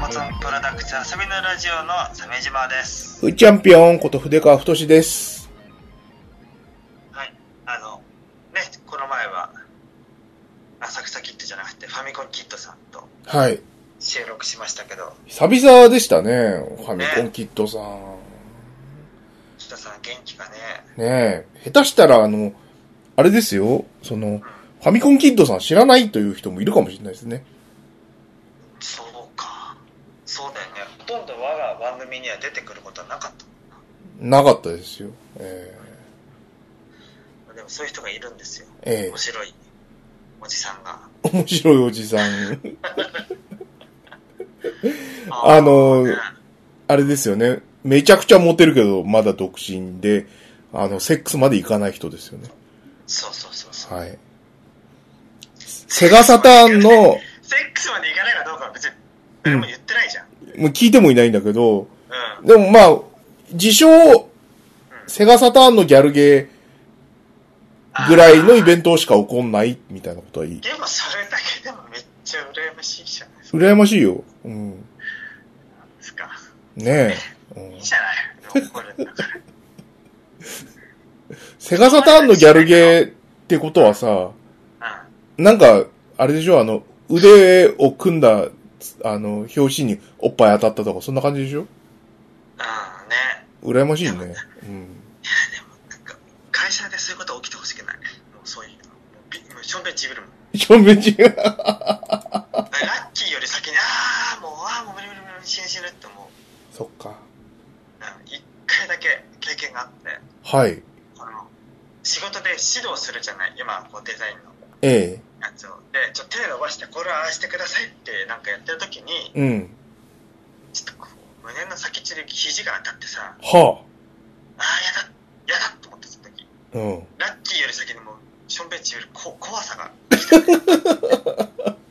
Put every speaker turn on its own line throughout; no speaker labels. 私、遊びのラジオの鮫島です。
ふいチャンピオンこと筆川太志です。
はい。あの、ね、この前は、浅草キッドじゃなくて、ファミコンキッドさんと
はい。
収録しましたけど、
久々でしたね、ファミコンキッドさん。
キッドさん元気がね、
ねえ、下手したら、あの、あれですよ、その、ファミコンキッドさん知らないという人もいるかもしれないですね。
そうか。そうだよね。ほとんど我が番組には出てくることはなかっ
なかったですよ。え
た。でもそういう人がいるんですよ。
えええ
面白いおじさんが。
面白いおじさん。あの
ーね
あれですよね。めちゃくちゃモテるけど、まだ独身で、あの、セックスまでいかない人ですよね。
そうそうそうそう。
はい。セガサターンの、
セックスまでいかないかどうかは別に誰も言ってないじゃん。
もう聞いてもいないんだけど、
うん。
でもまあ、自称、セガサターンのギャルゲーぐらいのイベントしか起こんない、みたいなことはいい。
でもそれだけでもめっちゃ羨ましいじゃないで
羨ましいよ。うん。
すか。
ねえ。うん
いいじゃない。でもこれだから。
セガサターンのギャルゲーってことはさ、
うん。
なんか、あれでしょあの、腕を組んだ、あの、表紙におっぱい当たったとか、そんな感じでしょ
うんね。
羨ましいね。うん。
なんか会社でそういうこと起きてほしくない。もうそういうの。もうびもうしょんべんちびるもん。
ちょめ
ラ
違う。
ッキーより先に、ああ、もう、ああ、もう無理無理無理、死ぬ死ぬってもう、
そっか。
うん一回だけ経験があって、
はい。
この、仕事で指導するじゃない。今、こうデザインの
え
やつを。で、ちょっと手伸ばして、これはああしてくださいってなんかやってる時に、
え。うん。
ちょっとこう、胸の先っちょで肘が当たってさ、あ
は
あ、やだ、やだと思ってその時。
あ。うん。
ラッキーより先にもう、ションベンチよりこ怖さが来た。あ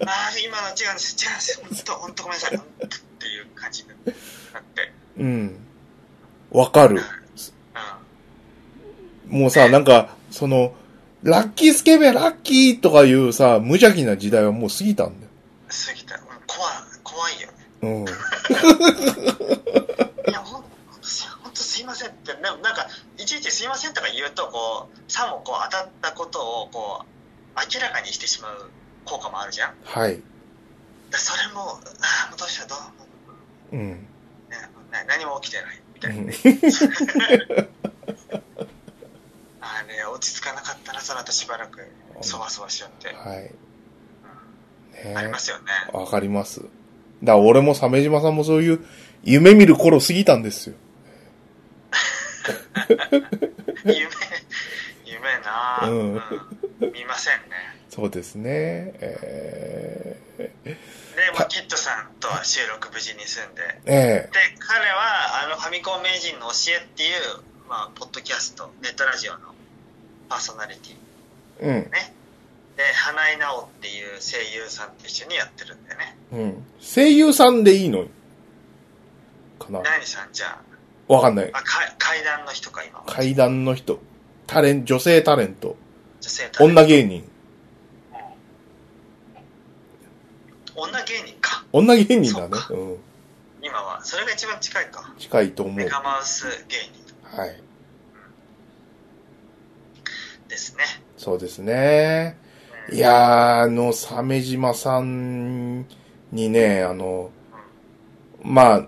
あ、今の違うんです、違うんです、本当、本当ごめんなさい、本当っていう感じになって。
うん。わかる。
う
もうさ、なんか、その、ラッキースケベラッキーとかいうさ、無邪気な時代はもう過ぎたんだ
ん、過ぎた。うん怖い、怖いよね。
よ。うん。
いや、ほんほんとす、ほんとすいませんって、でもなんか、いちいちすいませんとか言うと、こう、さもこう当たったことを、こう、明らかにしてしまう効果もあるじゃん。
はい。
だそれも、ああ、もうどうしよう、どうも
うん。
う、ね、な何も起きてない、みた
う
いな。
ん
あれ、落ち着かなかったな、その後しばらく、そわそわしちゃって。
はい。ね
あり
え
ま。すよね。
わかります。だから俺も鮫島さんもそういう夢見る頃過ぎたんですよ。
夢、夢なあ、
うん
うん見ませんね。
そうですね。え
で、まあ、キッドさんとは収録無事に済んで、
ー、
で、
え
彼は、あの、ファミコン名人の教えっていう、まあ、ポッドキャスト、ネットラジオのパーソナリティ。
え
で、花井直っていう声優さんと一緒にやってるんだよね。
うん。うん。声優さんでいいのかな
何さんじゃ
わかんない。
あ、あか階段の人か、今は。
階段の人。タレン、女性タレント。
女性タレント
女芸人。
女芸人か、
女芸人
そ
だね
っ。か
うん。
今は。それが一番近いか。
近いと思
メ
う。
ガマウス芸人
はい。
ですね。
そうですね。いやー、あの、鮫島さんにね、あの、まあ、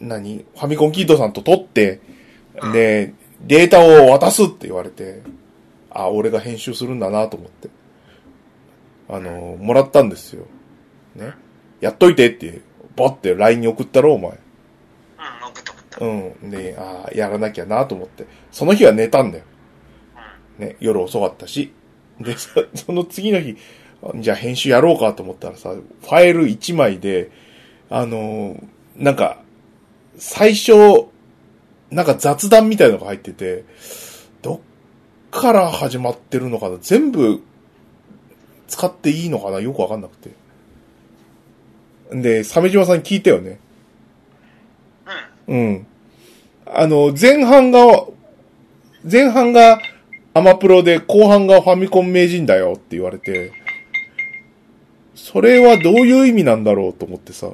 何ファミコンキッドさんと撮って、
うん
で、データを渡すって言われて、あ、俺が編集するんだなと思って。あの、もらったんですよ。ね。やっといてって、バッて LINE に送ったろ、お前。
うん、送った送った。うん。
うん。で、あーやらなきゃなと思って。その日は寝たんだよ。ね、夜遅かったし。で、そ その次の日、じゃあ編集やろうかと思ったらさ、ファイル1枚で、あのーなんか、最初、なんか雑談みたいのが入ってて、どっから始まってるのかな全部使っていいのかなよくわかんなくて。で、鮫島さんに聞いたよね。うん。あの、前半が、前半がアマプロで、後半がファミコン名人だよって言われて、それはどういう意味なんだろうと思ってさ。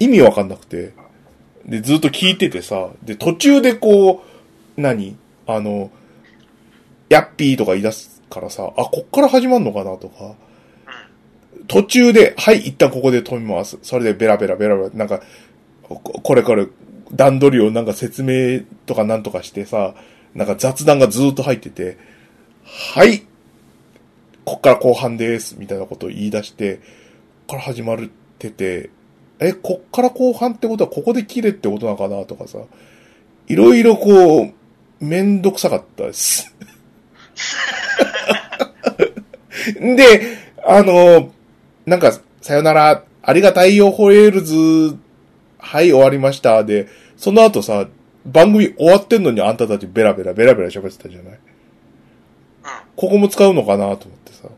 意味わかんなくて。で、ずっと聞いててさ、で、途中でこう、何あの、ヤッピーとか言い出すからさ、あ、こっから始まんのかなとか、途中で、はい、一旦ここで止めます。それでベラベラベラベラ、なんか、ここれから段取りをなんか説明とかなんとかしてさ、なんか雑談がずーっと入ってて、はい、こっから後半です、みたいなことを言い出して、こっから始まるってて、え、こっから後半ってことはここで切れってことなのかなとかさ、いろいろこう、めんどくさかったです。 で、あの、なんか、さよなら、ありがたいよ、ホエールズ、はい、終わりました。で、その後さ、番組終わってんのにあんたたちベラベラベラベラ喋ってたじゃないここも使うのかなと思ってさ、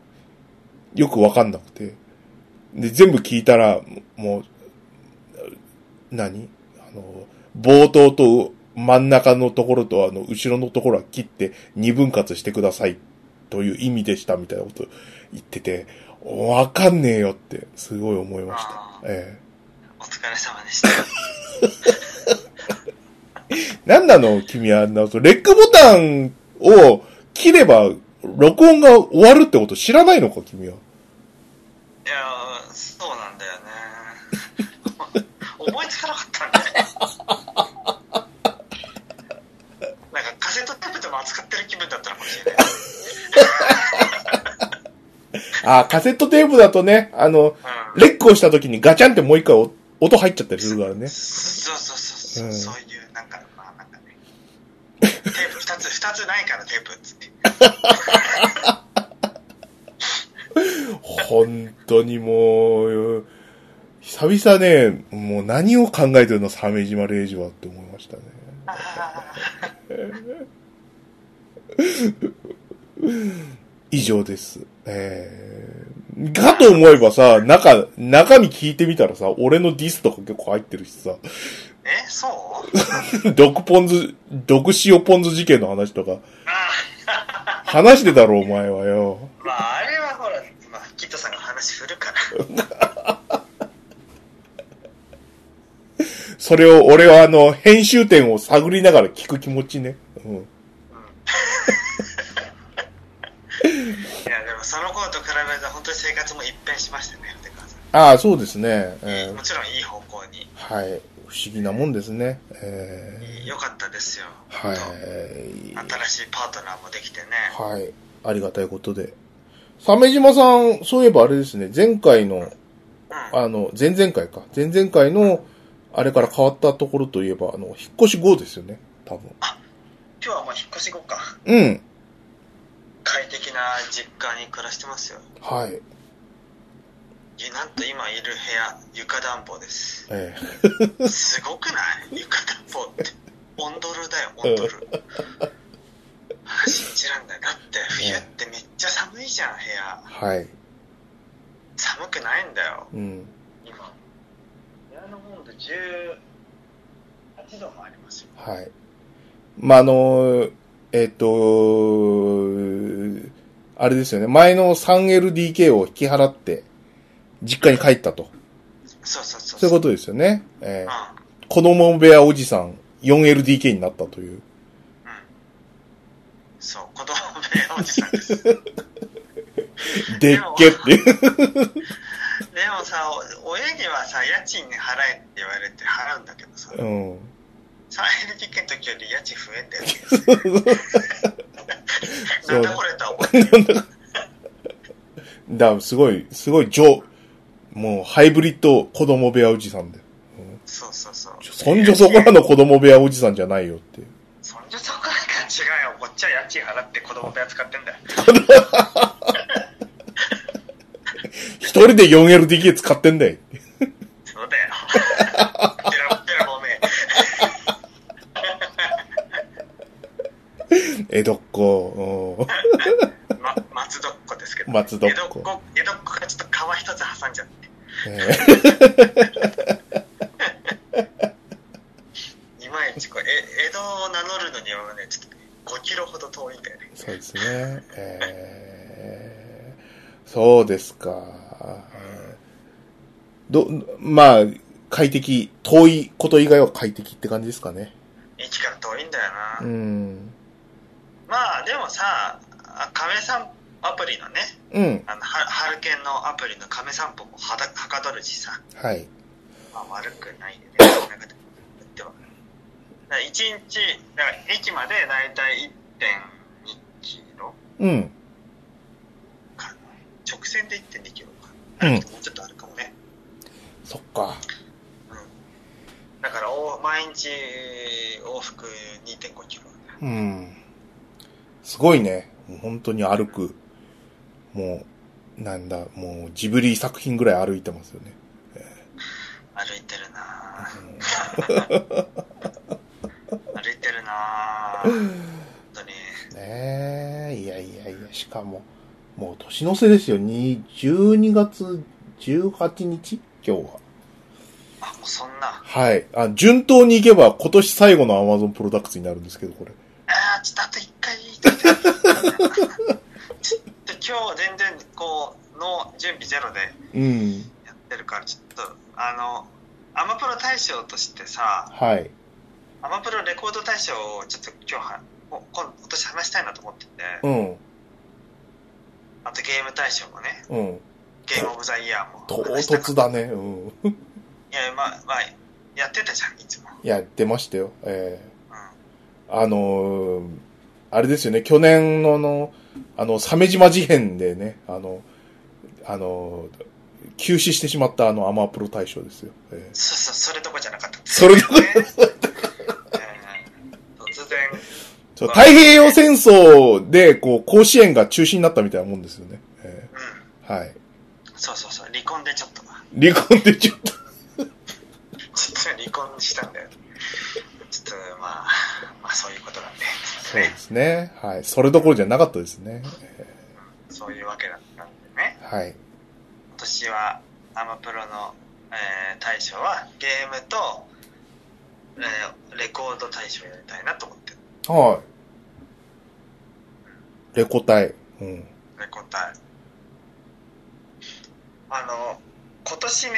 よくわかんなくて。で、全部聞いたら、もう、何あの、冒頭と真ん中のところと、あの、後ろのところは切って二分割してくださいという意味でしたみたいなこと言ってて、わかんねえよって、すごい思いました。
あー
え
お疲れ様でした。
え。なんなの君は、あの、レックボタンを切れば、録音が終わるってこと知らないのか君は。
いやーそうなんだよね 思いつかなかったんだよねなんかカセットテープでも扱ってる気分だったのかもしれない
あ、カセットテープだとね、あの、
うん
レックをした時にガチャンってもう一回お音入っちゃったりするからね。
そうそうそうそう、
うん
そういうなんかまあなんかねテープ2つ2つないからテープっつって
本当にもう、久々ね、もう何を考えてるの、鮫島レイジはって思いましたね。 以上です。えー、かと思えばさ、中、中身聞いてみたらさ、俺のディスとか結構入ってるしさ、
えそう
毒ポン酢、毒塩ポン酢事件の話とか、話してたろ、お前はよ。
まああれはほら、まあ、キッドさんが話振るから
それを、俺はあの、編集点を探りながら聞く気持ちね。うん。
いやでもその頃と比べると本当に生活も一変しましたねって感じ
ああ、そうですね。えー
もちろんいい方向に
はい。不思議なもんですね。え
良かったですよ
ー、は
本当
い。
新しいパートナーもできてね。
はい。ありがたいことで。鮫島さん、そういえばあれですね、前回の、
うん。
あの、前々回か。前々回の、あれから変わったところといえば、あの、引っ越し後ですよね。多分。
今日はもう引っ越し後か。
うん。
快適な実家に暮らしてますよ。
はい。
いなんと今いる部屋、床暖房です。
え
すごくない 床暖房って。オンドルだよ、オンドル。信じらんない。だって冬ってめっちゃ寒いじゃん、部屋
ー。はい。
寒くないんだよ、
うん。
今。部屋の温度18度もありますよ。
はい。まあ、あの、えっ、と、あれですよね。前の 3LDK を引き払って、実家に帰ったと。
そうそうそう。。
そういうこととですよね。えー
う
子供部屋おじさん 4LDK になったという。
ん。うん。そう、子供部屋おじさんです。
でっけ って。
でもさ、お親にはさ、家賃払えって言われて払うんだけどさ、
うん。
3LDK の時より家賃増えてる
そ
な
うん
だこれとは思って。
だからすごい、すごい上、もうハイブリッド子供部屋おじさんで。
そうそうそう。
ちょそんじょそこ らの子供部屋おじさんじゃないよって。
そんじょそこらが違うよ。こっちは家賃払って子供部屋使ってんだよ。
一人で 4LDK 使ってんだよ。
そうだよ。 ペラペラごめん。
江戸っ子。うん
ま、松戸っ子ですけど。
松戸っ子
江戸っ子、江戸っ子がちょっと皮一つ挟んじゃって。いまいちこう、え、江戸を名乗るのにはね、ちょっと5キロほど遠いんだよね。
そうですね。えーそうですか。ど、まあ、快適、遠いこと以外は快適って感じですかね。
駅から遠いんだよな、
うん。
まあでもさあ亀散アプリのね
うん。
あのは春犬のアプリの亀散歩もはだはかどるしさ、
はい。
まあ、悪くないよねなんかでもだから一日だから駅までだいたい1.2キロ
うん。
かな直線で1.2キロか
うん
もうちょっとあるかもね
そっか。
だからお毎日往復2.5キロ
うん。すごいね。もう本当に歩く。もう、なんだ、もうジブリ作品ぐらい歩いてますよね。
歩いてるなぁ
うん
歩いてるなぁ本当に
ねえ、いやいやいや、しかも、もう年の瀬ですよ。に12月18日今日は。
あもうそんな
はい。あ、順当に行けば今年最後の Amazon プロダクツになるんですけど、これ。
あーちょっとあと1回言いといてちょっと今日全然こうの準備ゼロで
うん。
やってるからちょっとあのアマプロ大賞としてさ
はい。
アマプロレコード大賞をちょっと今日はお今今年話したいなと思ってて
うん。
あとゲーム大賞もね
うん。
ゲームオブザイヤーも
唐
話したか
突だね。うん。
いやまあまあやってたじゃんいつも、
いや、出ましたよ。ええ
うん、
あのーあれですよね、去年のあの、あの、鮫島事変でね、あの、あのー休止してしまったあのアマプロ大賞ですよ。ええ
そうそうそれどこじゃなかった
それどこ
ねえー突然
そう太平洋戦争で、こう、甲子園が中止になったみたいなもんですよね。え
うん
えはい。
そうそうそう離婚でちょっと
離婚でちょっと、
実は離婚したんだよちょっとまあまあそういうことなんで
そうですね。はい。それどころじゃなかったですね。え
そういうわけだったんでね
えはい。
今年はアマプロの、えー大賞はゲームと、えーレコード大賞やりたいなと思ってる
はい。レコ大。うん。
レコ大あの今年ね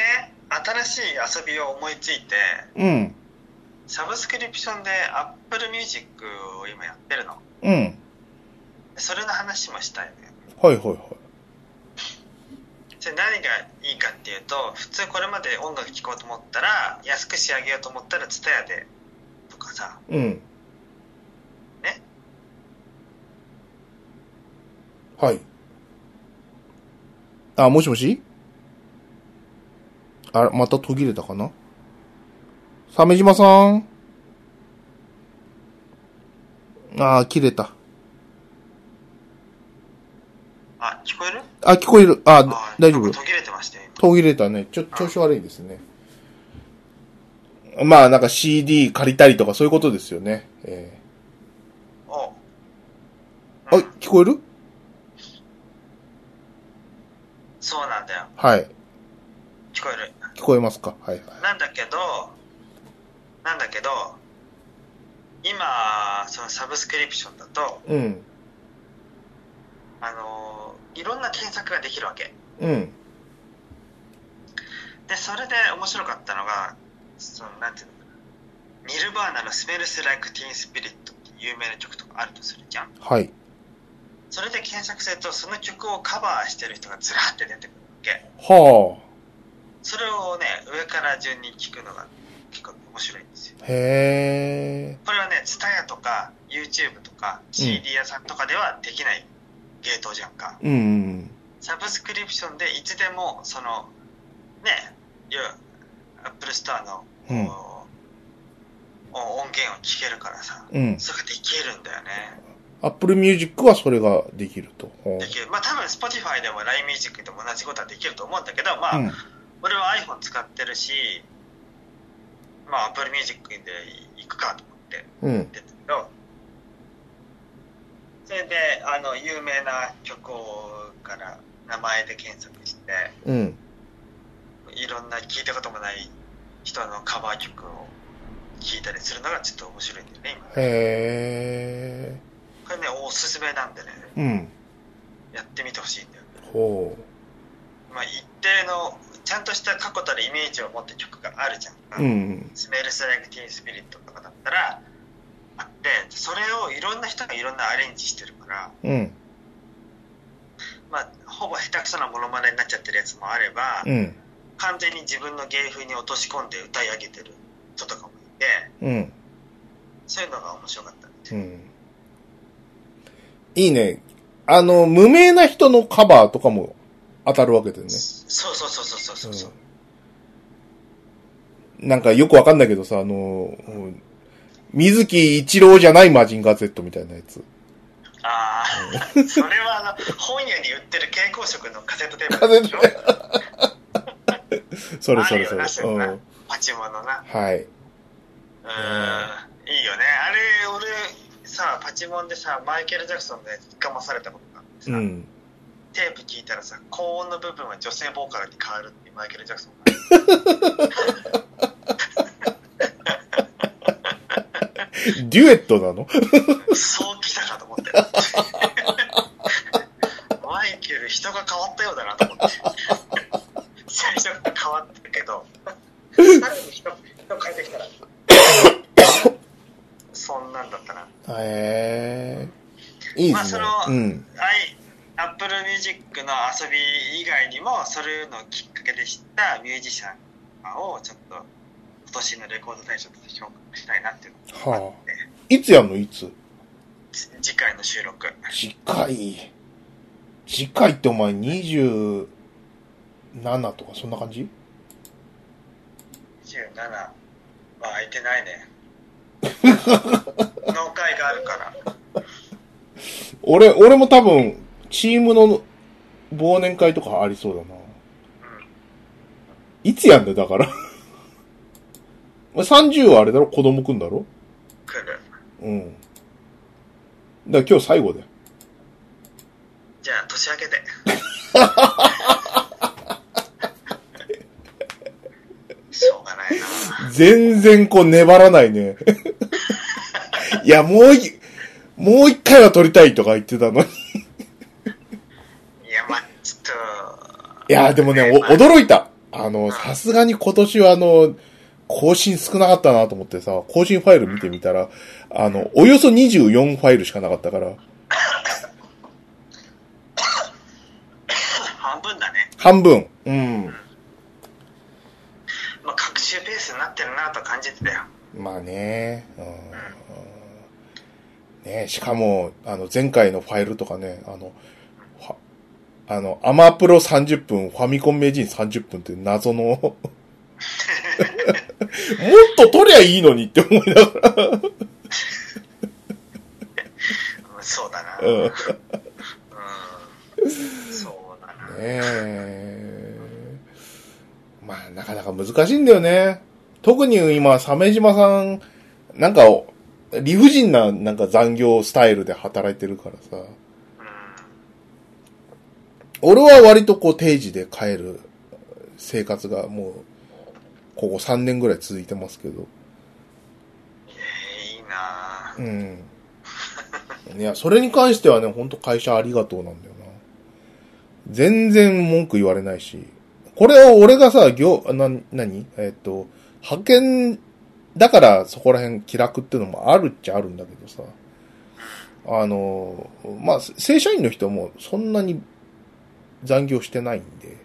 新しい遊びを思いついて
うん。
サブスクリプションで Apple Music を今やってるの
うん。
それの話もしたいね
はいはいはい。
じゃあ何がいいかっていうと普通これまで音楽聴こうと思ったら安く仕上げようと思ったら TSUTAYA でとかさ
うん。
え
はい。あ、もしもしあれ、また途切れたかな鮫島さんあー、切れた。
あ聞こえる
あ、聞こえる。あ、
あ
大丈夫
なんか。途切れてましたよ
途切れたね。ちょ、調子悪いですね。まあ、なんか CD 借りたりとかそういうことですよね。え
今おう
ー、あ
ん、
聞こえる
そうなんだよ
はい。
聞こえる
聞こえますかはい。
なんだけどなんだけど今そのサブスクリプションだと
うん。
あのーいろんな検索ができるわけ
うん。
でそれで面白かったのがそのなんていうのかなニルバーナの「スメルス・ライク・ティーン・スピリット」って有名な曲とかあるとするじゃん
はい。
それで検索するとその曲をカバーしてる人がずらって出てくるわけ
は
それをね上から順に聞くのが結構面白いんですよ
あ。へえ。
これはね TSUTAYA とか YouTube とか CD 屋さんとかではできないゲートじゃんか、
うん。
サブスクリプションでいつでもそのねいわゆる Apple Store の
うん。
こう音源を聴けるからさ
うん。
それができるんだよね
Apple Music はそれができると。ほう
できるまあ多分 Spotify でも LINEMUSIC でも同じことはできると思うんだけどまあ、
うん。
俺は iPhone 使ってるしまあ Apple Music で行くかと思って
うん。
出てたけどそれであの有名な曲をから名前で検索して
うん。
いろんな聴いたこともない人のカバー曲を聴いたりするのがちょっと面白いんだよね今
へえ。
これねおすすめなんでね
うん。
やってみてほしいんだよ
ほ
まあ一定のちゃんとした過去たるイメージを持った曲があるじゃん。
うんうん。
スメルスライクティーンスピリットとかだったら、あって、それをいろんな人がいろんなアレンジしてるから、
うん。
まあ、ほぼ下手くそなモノマネになっちゃってるやつもあれば、
うん。
完全に自分の芸風に落とし込んで歌い上げてる人とかもいて、
うん。
そういうのが面白かったみた
う
い
ん。いいね。あの、無名な人のカバーとかも当たるわけだよね。
そうそうそうそうそうそう。
うんなんかよくわかんないけどさ、あの、うん水木一郎じゃないマジンガー Z みたいなやつ。
ああ、それはあの、本屋に売ってる蛍光色のカセットテープ
カセット
でしょ
それそれ
ある
そ
よ
れ
な。そういうの
うん
なパチモノな。
は
うーん、いい
い。
よね。あれ、俺、さ、パチモンでさ、マイケル・ジャクソンでかまされたことがあって
う
さ、
ん。
テープ聞いたらさ、高音の部分は女性ボーカルに変わるってマイケル・ジャクソンが。
デュエットなの
そう来たかと思って。マイケル、人が変わったようだなと思って。最初から変わったけど、さらに人人変えてきたら、そんなんだったな。
へえ。いいですね
まあ。その
うん。
はい、アップルミュージックの遊び以外にも、そういうのをきっかけで知ったミュージシャンをちょっと、今年のレコード大賞として評価したいなっていうのがあって、
いつやんのいつ
つ次回の収録。
次回。次回ってお前27とかそんな感じ
27は空いてない ね農会があるから
俺、俺も多分、チームの忘年会とかありそうだな。いつやんだよ、だから。 お前30はあれだろ子供くんだろ
来る
うん。だから今日最後だよ。
じゃあ年明け でしょうがないな
全然こう粘らないね。 いや、もうい、もう一回は撮りたいとか言ってた
い
のに。
やまあちょっ
いやーでもね、お、驚いた。あの、さすがに今年はあの、更新少なかったなと思ってさ、更新ファイル見てみたら、あの、およそ24ファイルしかなかったから、
と半分だね、
半分。うん。
まあ、学習ペースになってるなとは感じてたよ
まあね、うん。ねしかも、あの、前回のファイルとかね、あの、はあの、アマプロ30分、ファミコン名人30分って謎 の、もっと撮りゃいいのにって思いながら
うんそうだな
うん
うんそうだな
ねえ。まあ、なかなか難しいんだよね。特に今、鮫島さん、なんか、理不尽な、なんか残業スタイルで働いてるからさ。
うん
俺は割とこう定時で帰る生活がもう、ここ3年ぐらい続いてますけど。
えーいいな
うん。いや、それに関してはね、ほんと会社ありがとうなんだよな。全然文句言われないし。これを俺がさ、業、な、なにえっと、派遣だからそこら辺気楽ってのもあるっちゃあるんだけどさ。あの、まあ、正社員の人もそんなに残業してないんで。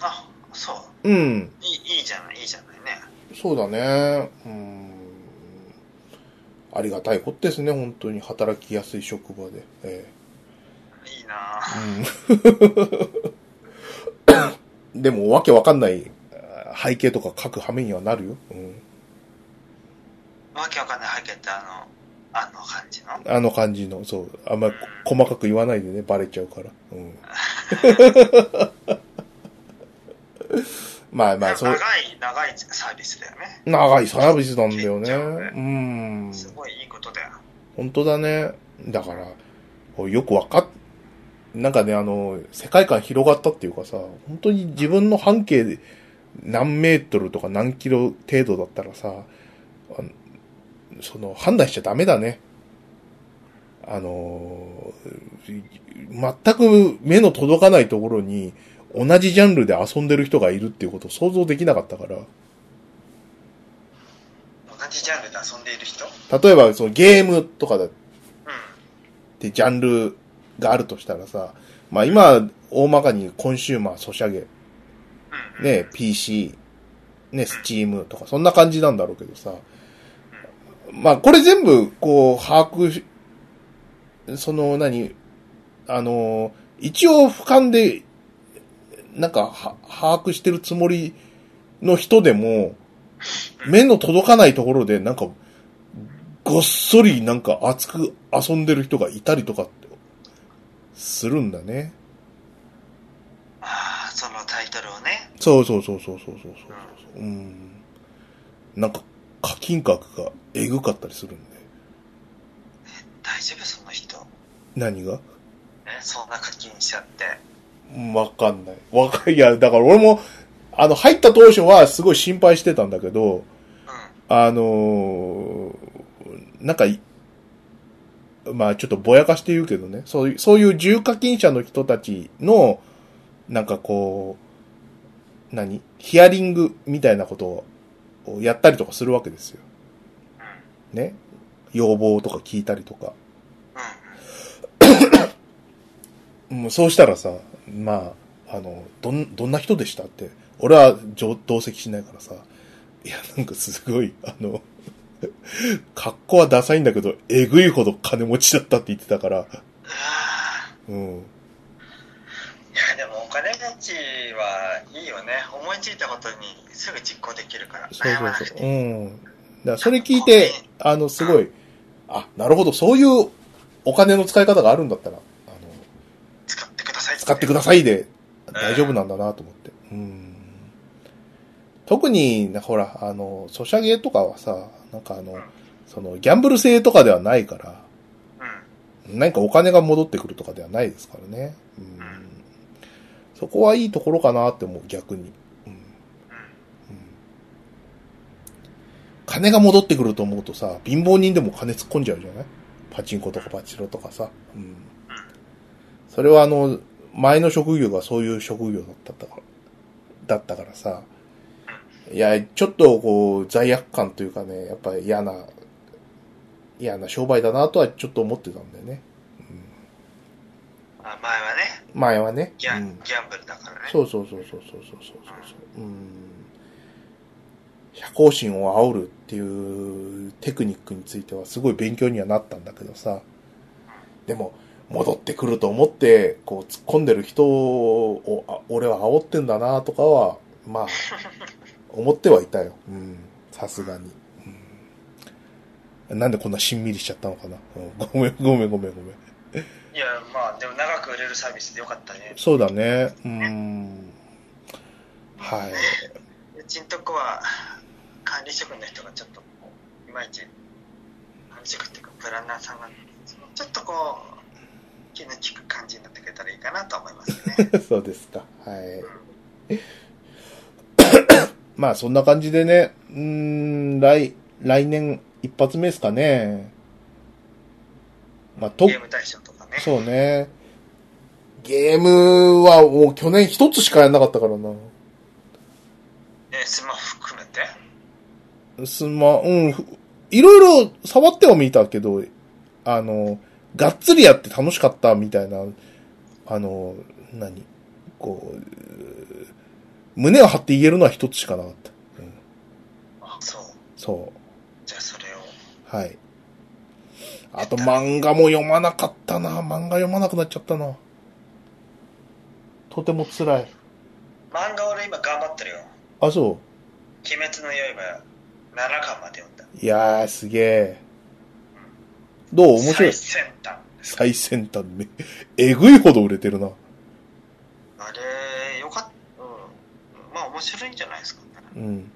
あそう
うん。
いいいいじゃないいいじゃないね
そうだね。うん。ありがたいことですね、本当に。働きやすい職場で。ええ
いいなぁ
うんでも、わけわかんないあー背景とか書く羽目にはなるよ。うん、
わけわかんない背景ってあのあの感じの
あの感じの、そう、あんまりこ細かく言わないでね、バレちゃうから。うん、まあまあ、そう
長、い長いサービスだよね
長いサービスなんだよね。
切っちゃうね
うん。
すごいいいことだよ
本当だね。だから、よくわかっ、なんかね、あの、世界観広がったっていうかさ、本当に自分の半径で何メートルとか何キロ程度だったらさ、あのその、判断しちゃダメだね。あの、全く目の届かないところに同じジャンルで遊んでる人がいるっていうことを想像できなかったから、
同じジャンルで遊んでいる人うん。
例えばそのゲームとかだってジャンルがあるとしたらさ、まあ今、大まかにコンシューマー、ソシャゲ、
うん、うん。
ね、PC、ね、スチームとか、そんな感じなんだろうけどさ。まあ、これ全部、こう、把握し、その、何、あの、一応俯瞰で、なんか、は把握してるつもりの人でも、目の届かないところで、なんか、ごっそりなんか熱く遊んでる人がいたりとかって、するんだね。
ああ、そのタイトルをね。
そうそうそうそうそうそうそう。うん。なんか、課金額がえぐかったりするんで。
大丈夫その人。
何が
ね、そんな課金しちゃって。
わかんない。わかいや、だから俺も、あの、入った当初はすごい心配してたんだけど、
う
あのーなんかい、まあちょっとぼやかして言うけどね、そういう、そういう重課金者の人たちの、なんかこう、何ヒアリングみたいなことをやったりとかするわけですよ。
ん。うん。
ね、要望とか聞いたりとか。
う
もうそうしたらさ、まあ、あの、どん、どんな人でしたって、俺は同同席しないからさ、いや、なんかすごい、あの、 格好はダサいんだけど、えぐいほど金持ちだったって言ってたから、
ん。うわ
うん。
ーいや、でもお金持ちはいいよね。思いついたことにすぐ実行できるから。
そう
悩まな
そう
く
そう。
て。
うん。だからそれ聞いて、あの、すごい、あ、なるほど、そういうお金の使い方があるんだったら、あの、
使ってください。
使ってくだ
い。
さいで大丈夫なんだなと思って。うん。特に、なほら、あの、ソシャゲとかはさ、なんかあの、その、ギャンブル性とかではないから、
うん。
何かお金が戻ってくるとかではないですからね。うん。そこはいいところかなって思う、逆に。うん。うん、金が戻ってくると思うとさ、貧乏人でも金突っ込んじゃうじゃないパチンコとかパチロとかさ。うん。それはあの、前の職業がそういう職業だったから、だったからさ、いや、ちょっとこう、罪悪感というかね、やっぱり嫌な、嫌な商売だなとはちょっと思ってたんだよね。
あ前はね、
前はね。
ギャ,、
うん
ギャンブルだからね。
そうそうそうそうそうそうそうそう。うん。社交心を煽るっていうテクニックについてはすごい勉強にはなったんだけどさ。でも、戻ってくると思って、こう突っ込んでる人を、あ俺は煽ってんだなとかは、まあ、思ってはいたよ。うん。さすがに。うんなんでこんなしんみりしちゃったのかな。うんごめん、ごめん、ごめん、ごめん。
いや、まあ、でも長く売れるサービスでよかったね。
そうだね。うん。はい。
うちんとこは、管理職の人がちょっとこう、いまいち、管理職っていうか、プランナーさんが、ちょっとこう、気の利く感じになってくれたらいいかなと思いますね。
そうですか。はい。まあそんな感じでね、うーん、来、来年一発目ですかね。まあ、と
ゲ、ーム大賞とかね。
そうね。ゲームはもう去年一つしかやんなかったからな。
えースマホ含めて。
すま、うん、ふいろいろ触っては見たけど、あの、がっつりやって楽しかったみたいな、あの、何こううー、胸を張って言えるのは一つしかなかった。
あそう。
そう。
じゃあ、それを。
はい。あと漫画も読まなかったな。漫画読まなくなっちゃったな。とても辛い。
漫画俺今頑張ってるよ。
あ、そ
鬼滅の刃、7巻まで読んだ。
う。いやー、すげえ。どう面白い
最。先端。
最先端め、 えぐいほど売れてるな。
あれ、よかった。うん。まあ、面白いんじゃないですかね。
うん。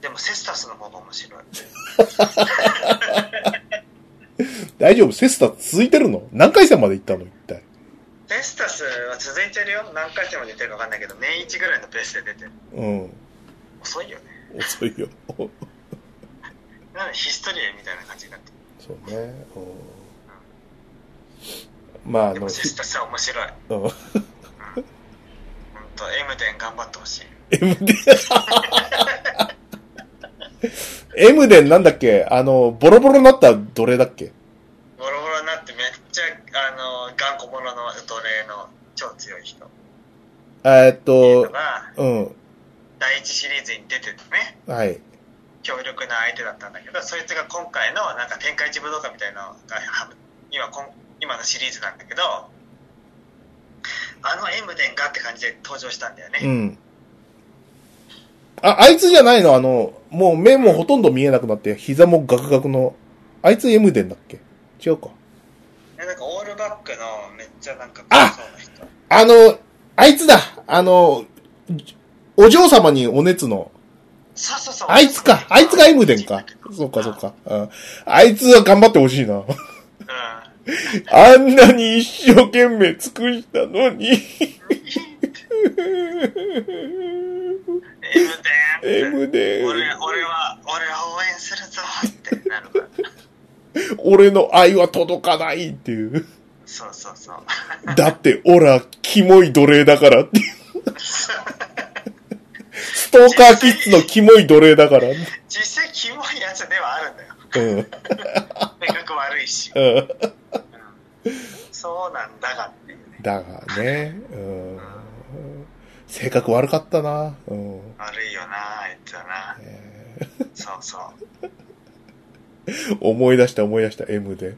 でも、セスタスの方が面白い。
大丈夫セスタ続いてるの何回戦まで行ったの一体。
セスタスは続いてるよ。何回戦まで出てるか分かんないけど、年一ぐらいのペースで出てる。
うん。
遅いよね。
遅 いよ。
なので、ヒストリエみたいな感じになってる。
そうね。うんまあ、あ
で
の
も、、セスタスは面白い。
うん
電頑張ってほしい。
M で M でなんだっけあの、ボロボロになった奴隷だっけ
ボロボロになってめっちゃ、あの、頑固者の奴隷の超強い人って
えー
い
っ
うの
と、
が、
うん。
第一シリーズに出ててね、
はい。
強力な相手だったんだけど、そいつが今回のなんか天下一武道会みたいなのが、は今こん、今のシリーズなんだけど、あの M 伝がって感じで登場したんだよね。
うん。あ、あいつじゃないのあの、もう目もほとんど見えなくなって、膝もガクガクの。あいつ M でんだっけ違うか。
えなんかオールバックのめっちゃなんか
あ
そうな人。
あの、あいつだあの、お嬢様にお熱の。
そうそうそう。
あいつか。あいつが M でんか。そっかそっか。うん。あいつは頑張ってほしいな。
うん。
あんなに一生懸命尽くしたのに。
M 伝
M で
俺、俺は、俺は応援するぞってなるから。
俺の愛は届かないっていう。
そうそうそう。
だって、オラ、キモい奴隷だからっていう。ストーカーキッズのキモい奴隷だから。う
実際、キモいやつではあるんだよ。
ん。
性格悪い し。
うん。
そうなんだがっていうね。
だがね、うん。性格悪かったな。うん。
悪いよな、あいつはな。
え
そうそう。
ー思い出した思い出した M で。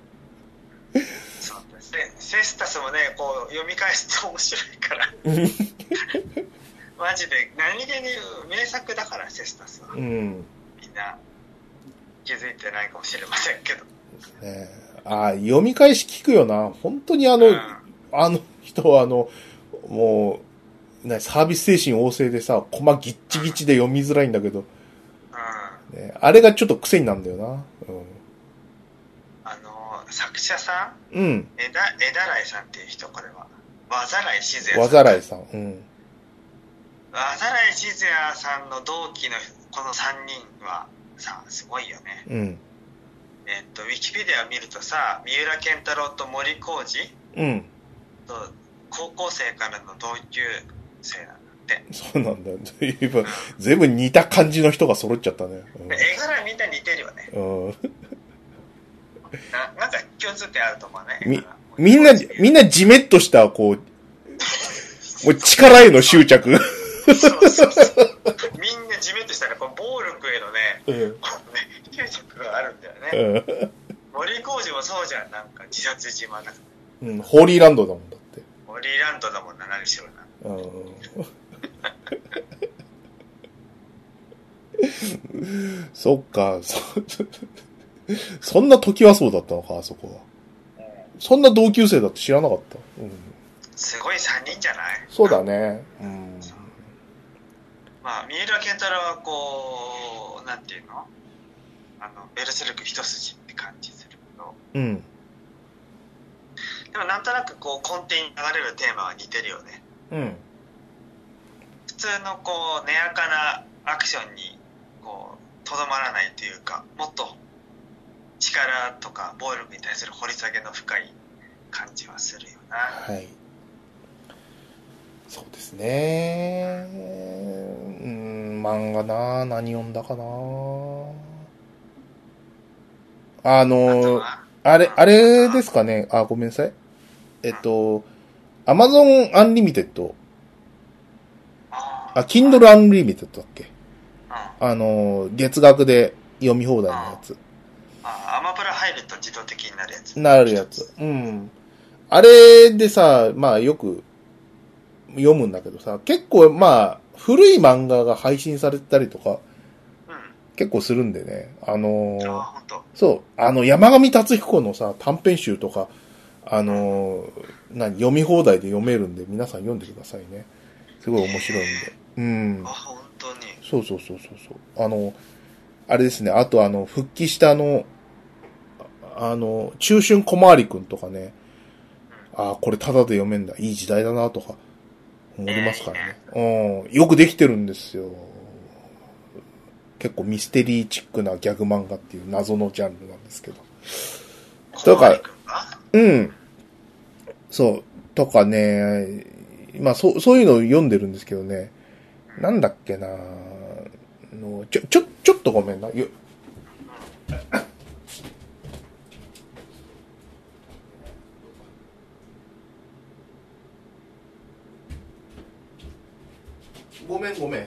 そうですでセスタスもね、こう、読み返すと面白いから。マジで、何気に名作だから、セスタスは。
うん。
みんな、気づいてないかもしれませんけど。
ねああ、読み返し聞くよな。本当にあの、
うん
あの人はあの、もう、ね、サービス精神旺盛でさ、コマギッチギチで読みづらいんだけど、
うん
ね、あれがちょっと癖になるんだよな。
あの作者さ
うん。うん。
ん、えだえだらいさんっていう人、これは。わざらいしずやさん。
わざらいさん。うん。
わざらいしずやさんの同期のこの3人はさ、すごいよね。
うん。
えっと、ウィキペディアを見るとさ、三浦健太郎と森浩二
うん。
と高校生からの同級生なんだって。
そうなんだよ。随分、全部似た感じの人が揃っちゃったね。
で絵柄みんな似てるよね。
うん。うん、
ななんか共通点あると思うね。
み
絵柄
みんな、みんなじめっとした、こう、もう力への執着。
そうそうそう みんなじめっとしたら、この暴力へのね、
うん。
このね、執着があるんだよね。
うん
森浩二もそうじゃん、なんか自殺島だ
うん。ホーリーランドだもんだって。
モリーランドだもんな、何しろな。
うんそっか、そ、 そんな時はそうだったのか、あそこは。そんな同級生だって知らなかった。うん、
すごい3人じゃない
そうだね。うん。
まあ、三浦健太郎はこう、なんていうのあの、ベルセルク一筋って感じするけど、
うん。
でもなんとなくこう、根底に流れるテーマは似てるよね。
うん。
普通のこう、根やかなアクションに、こう、とどまらないというか、もっと力とか暴力に対する掘り下げの深い感じはするよな。
はい。そうですね。うん、漫画な、何読んだかな。あ
あと
の、
は、
あれ、あれですかね。あ、ごめんなさい。えっと、アマゾンアンリミテッド。
あ
あ、Kindle アンリミテッドだっけ
ー、うん
あの、月額で読み放題のやつ。
あアマプラ入ると自動的になるやつ
なるやつ。うん。あれでさ、まあよく読むんだけどさ、結構まあ、古い漫画が配信されてたりとか、
うん
結構するんでね。あの
あ
ー、
ほんと
そう、あの、山上達彦のさ、短編集とか、あのー何、読み放題で読めるんで、皆さん読んでくださいね。すごい面白いんで。うん
あ。本当に
そうそうそうそうそう。あの、あれですね、あとあの、復帰したあの、ああの、中春小回りくんとかね、ああ、これタダで読めんだ。いい時代だな、とか、思いますからね。うん。よくできてるんですよ。結構ミステリーチックなギャグ漫画っていう謎のジャンルなんですけど。と
小
か
森君が
うん。そう。とかね、まあ、そう、そういうのを読んでるんですけどね。なんだっけなあの、ちょ、ちょ、ちょっとごめんな。よごめんごめん。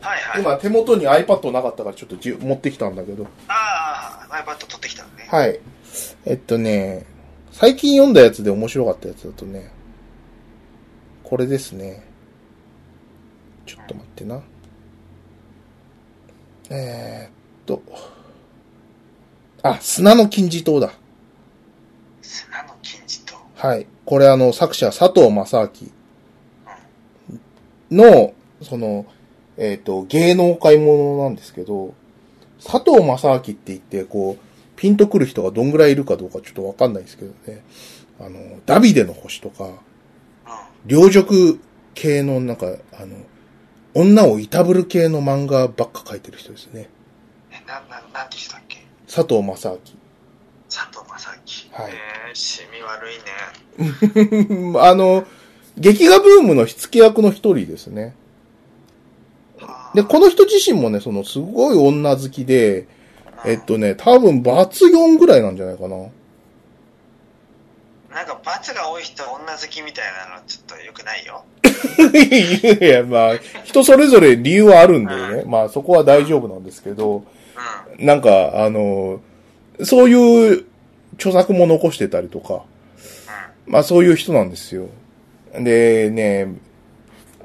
はいはい。
今手元に iPad なかったからちょっとじ持ってきたんだけど。
ああ、iPad 取ってきたのね。
はい。えっとね、最近読んだやつで面白かったやつだとね、これですね。ちょっと待ってな。えー、っと。あ、砂の金字塔だ。
砂の金字塔。
はい。これあの、作者佐藤正明の、その、えっ、と、芸能界ものなんですけど、佐藤正明って言って、こう、ピンとくる人がどんぐらいいるかどうかちょっとわかんないですけどね。あの、ダビデの星とか、
うん。
両辱系のなんか、あの、女をいたぶる系の漫画ばっか描いてる人ですね。
え、な、な、なんて人だっけ
佐藤正
佐藤正樹。
はい
えー、シミ悪いね。
明。 あの、劇画ブームの火付け役の一人ですね。
あー
で、この人自身もね、その、すごい女好きで、えっ。とね、多分、バツ4ぐらいなんじゃないかな。
うんなんか、罰が多い人、女好きみたいなの、ちょっと良くないよ。
いやいや、まあ、人それぞれ理由はあるんでね、まあ、そこは大丈夫なんですけど、
うん。
なんか、あの、そういう著作も残してたりとか、まあ、そういう人なんですよ。で、ね、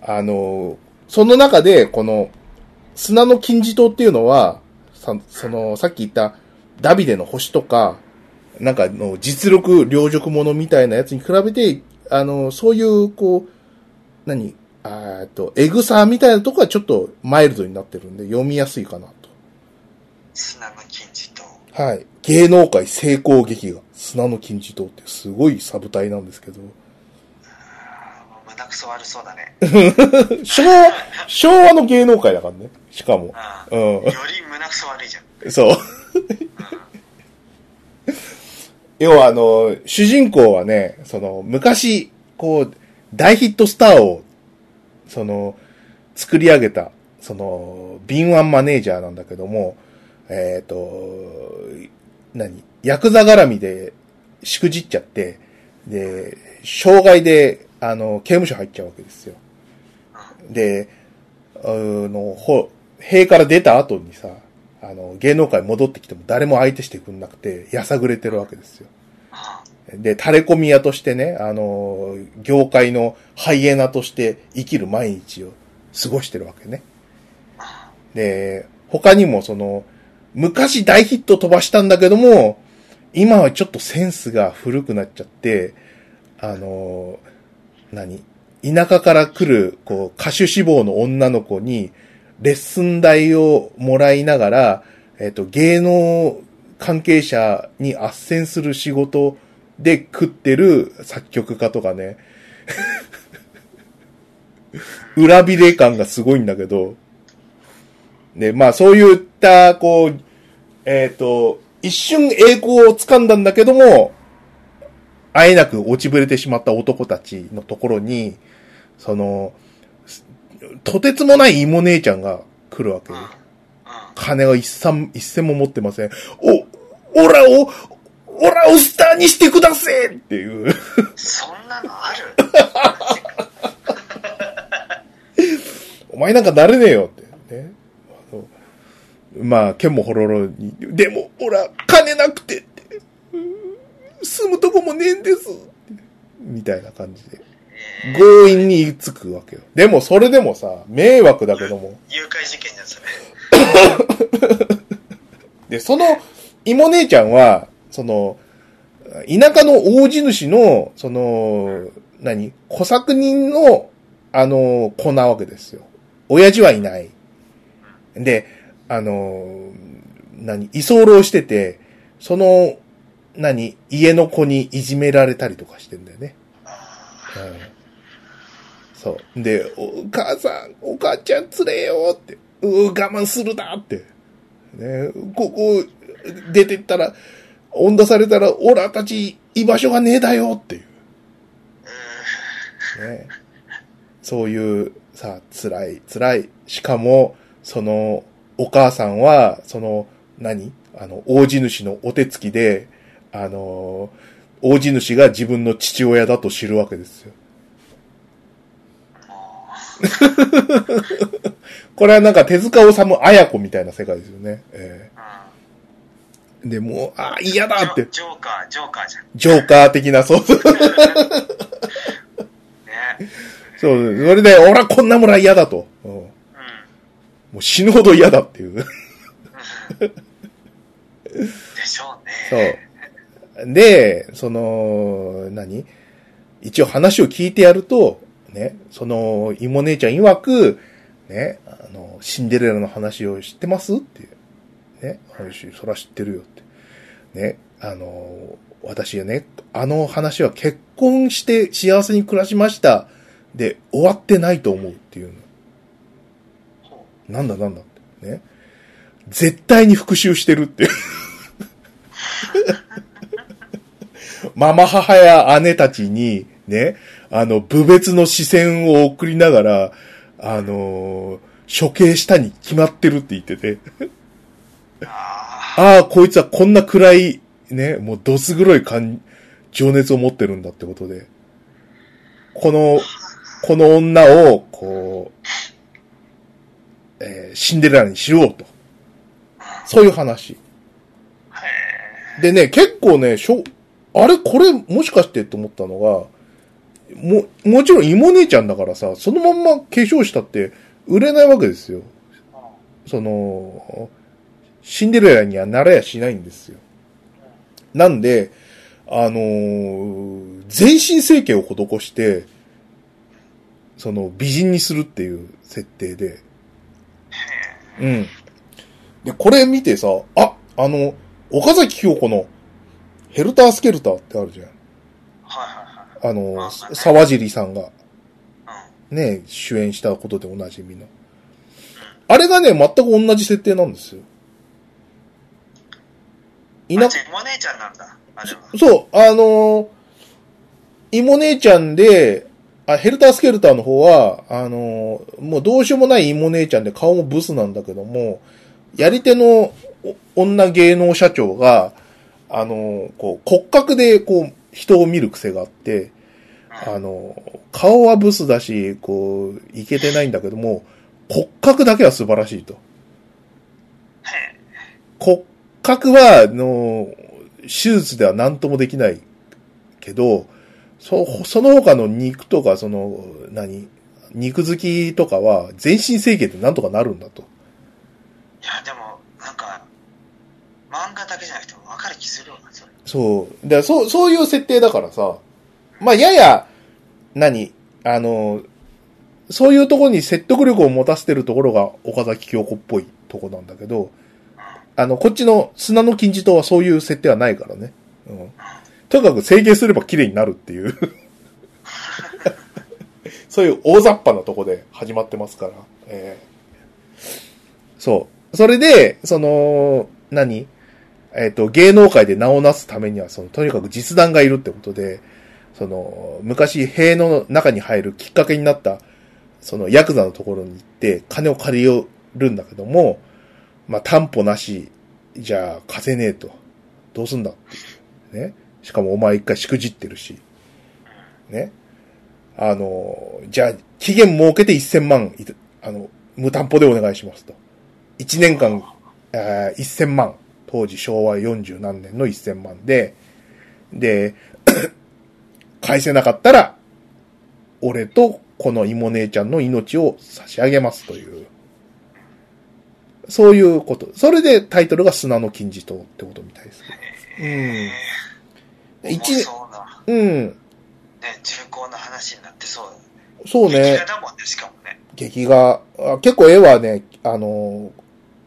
あの、その中で、この、砂の金字塔っていうのは、さその、さっき言った、ダビデの星とか、なんかの実力、両辱ものみたいなやつに比べて、あの、そういう、こう、何、あーっと、エグさみたいなとこはちょっとマイルドになってるんで、読みやすいかな
砂の金字塔。
と。はい。芸能界成功劇が、砂の金字塔ってすごいサブ隊なんですけど、
あー胸くそ悪そうだ ね。
昭和、昭和の芸能界だからね。しかも。
う。
うん
より胸くそ悪いじゃん。
ん。そう。要はあの、主人公はね、その、昔、こう、大ヒットスターを、その、作り上げた、その、敏腕マネージャーなんだけども、えっ、と、何ヤクザ絡みで、しくじっちゃって、で、障害で、あの、刑務所入っちゃうわけですよ。で、あの、ほ、塀から出た後にさ、あの、芸能界戻ってきても誰も相手してくんなくて、やさぐれてるわけですよ。
う
で、垂れ込み屋としてね、あの、業界のハイエナとして生きる毎日を過ごしてるわけね。で、他にもその、昔大ヒット飛ばしたんだけども、今はちょっとセンスが古くなっちゃって、あの、何田舎から来る、こう、歌手志望の女の子に、レッスン代をもらいながら、えっと、芸能関係者に斡旋する仕事で食ってる作曲家とかね。裏切れ感がすごいんだけど。で、まあそういった、こう、えっ、と、一瞬栄光を掴んだんだけども、あえなく落ちぶれてしまった男たちのところに、その、すとてつもない芋姉ちゃんが来るわけ
ん。うん。
よ
うん。
金は一銭、一銭も持ってません。お、オラを、オラをスターにしてくだせっていう。
そんなのある
お前なんかなれねえよって、ね。あのまあ、剣もほろろに。でも、ほら、金なくてって。うー住むとこもねえんです。みたいな感じで。
えー
強引に言いつくわけよ。でも、それでもさ、迷惑だけども。
誘拐事件じゃん、それ。
で、その、芋姉ちゃんは、その、田舎の大地主の、その、何小作人の、あの、子なわけですよ。親父はいない。で、あの、何居候してて、その、何家の子にいじめられたりとかしてんだよね。
あ
うんそう。で、お母さん、お母ちゃん連れよって、うー我慢するなって。ね、ここ、出てったら、温出されたら、オラたち居場所がねえだよっていう。
ーうー
ね、そういうさ、辛い、辛い。しかも、その、お母さんは、その、何あの、大地主のお手つきで、あの、大地主が自分の父親だと知るわけですよ。
も
これはなんか手塚治虫綾子みたいな世界ですよね。え
う、うん。
えで、もう、あー嫌だって、
ジョジョーカー、ジョーカーじゃん。
ジョーカー的な、そうそう。
ね。
そう、それで、俺はこんな村嫌だと。うん、も
う
う死ぬほど嫌だっていう。
ん。うん。でしょうね。
そう。で、その、何一応話を聞いてやると、ね、その、イモ姉ちゃん曰く、ね、あの、シンデレラの話を知ってますっていう。ね、話、そら知ってるよって。ね、あの、私はね、あの話は結婚して幸せに暮らしました。で、終わってないと思うっていうの。
ほ
なんだなんだって。ね。絶対に復讐してるっていう。ママ母や姉たちに、ね、あの、部別の視線を送りながら、あのー処刑したに決まってるって言ってて、
うあ
ああ、こいつはこんな暗い、ね、もうどす黒い感、情熱を持ってるんだってことで、この、この女を、こう、えーシンデレラにしようと。そういう話。
あ。へえ。
でね、結構ね、しょ、あれこれもしかしてと思ったのが、も、もちろん妹姉ちゃんだからさ、そのまんま化粧したって売れないわけですよ。その、シンデレラにはなれやしないんですよ。なんで、あのー全身整形を施して、その、美人にするっていう設定で。うん。で、これ見てさ、あ、あの、岡崎京子の、ヘルタースケルターってあるじゃん。
はいはいはい。
あの、
あ
沢尻さんが
う
ね、主演したことでおなじみの。あれがね、全く同じ設定なんですよ。い
ん。あ、
な
じゃあ、お姉ちゃんなんだ。あれは。
そう、あのー、イモ姉ちゃんで、あ、ヘルタースケルターの方は、あのー、もうどうしようもないイモ姉ちゃんで顔もブスなんだけども、やり手のお女芸能社長が、あのー、こう骨格でこう人を見る癖があって、
うん
あの、顔はブスだし、こう、いけてないんだけども、骨格だけは素晴らしいと。
へ
骨格は、あの、手術では何ともできないけど、そ、その他の肉とか、その、何肉付きとかは、全身整形でなんとかなるんだと。
え。いや、でも、なんか、漫画だけじゃなくても分かる気するわ、それ。
そう。で、そう、そういう設定だからさ、まあ、やや、何あの、そういうところに説得力を持たせてるところが岡崎京子っぽいとこなんだけど、あの、こっちの砂の金字塔はそういう設定はないからね。うん。とにかく整形すれば綺麗になるっていう。 そういう大雑把なとこで始まってますから。えーそう。それで、その、何えっ、と、芸能界で名をなすためには、その、とにかく実弾がいるってことで、その、昔、塀の中に入るきっかけになった、その、ヤクザのところに行って、金を借りるんだけども、まあ、担保なし、じゃあ、貸せねえと。どうすんだっていう。ね。しかも、お前一回しくじってるし。ね。あの、じゃあ、期限設けて1000万いた、あの、無担保でお願いしますと。1年間、えー1000万。当時昭和40何年の1000万で、で、 返せなかったら、俺とこの妹姉ちゃんの命を差し上げますという。そういうこと。それでタイトルが砂の金字塔ってことみたいです
え
けど。
え。
一年、
そうな。
うん。
ね、重厚な話になってそうだね。
そう
劇
ね
画。だもんね、しかもね。
劇画。あ結構絵はね、あの、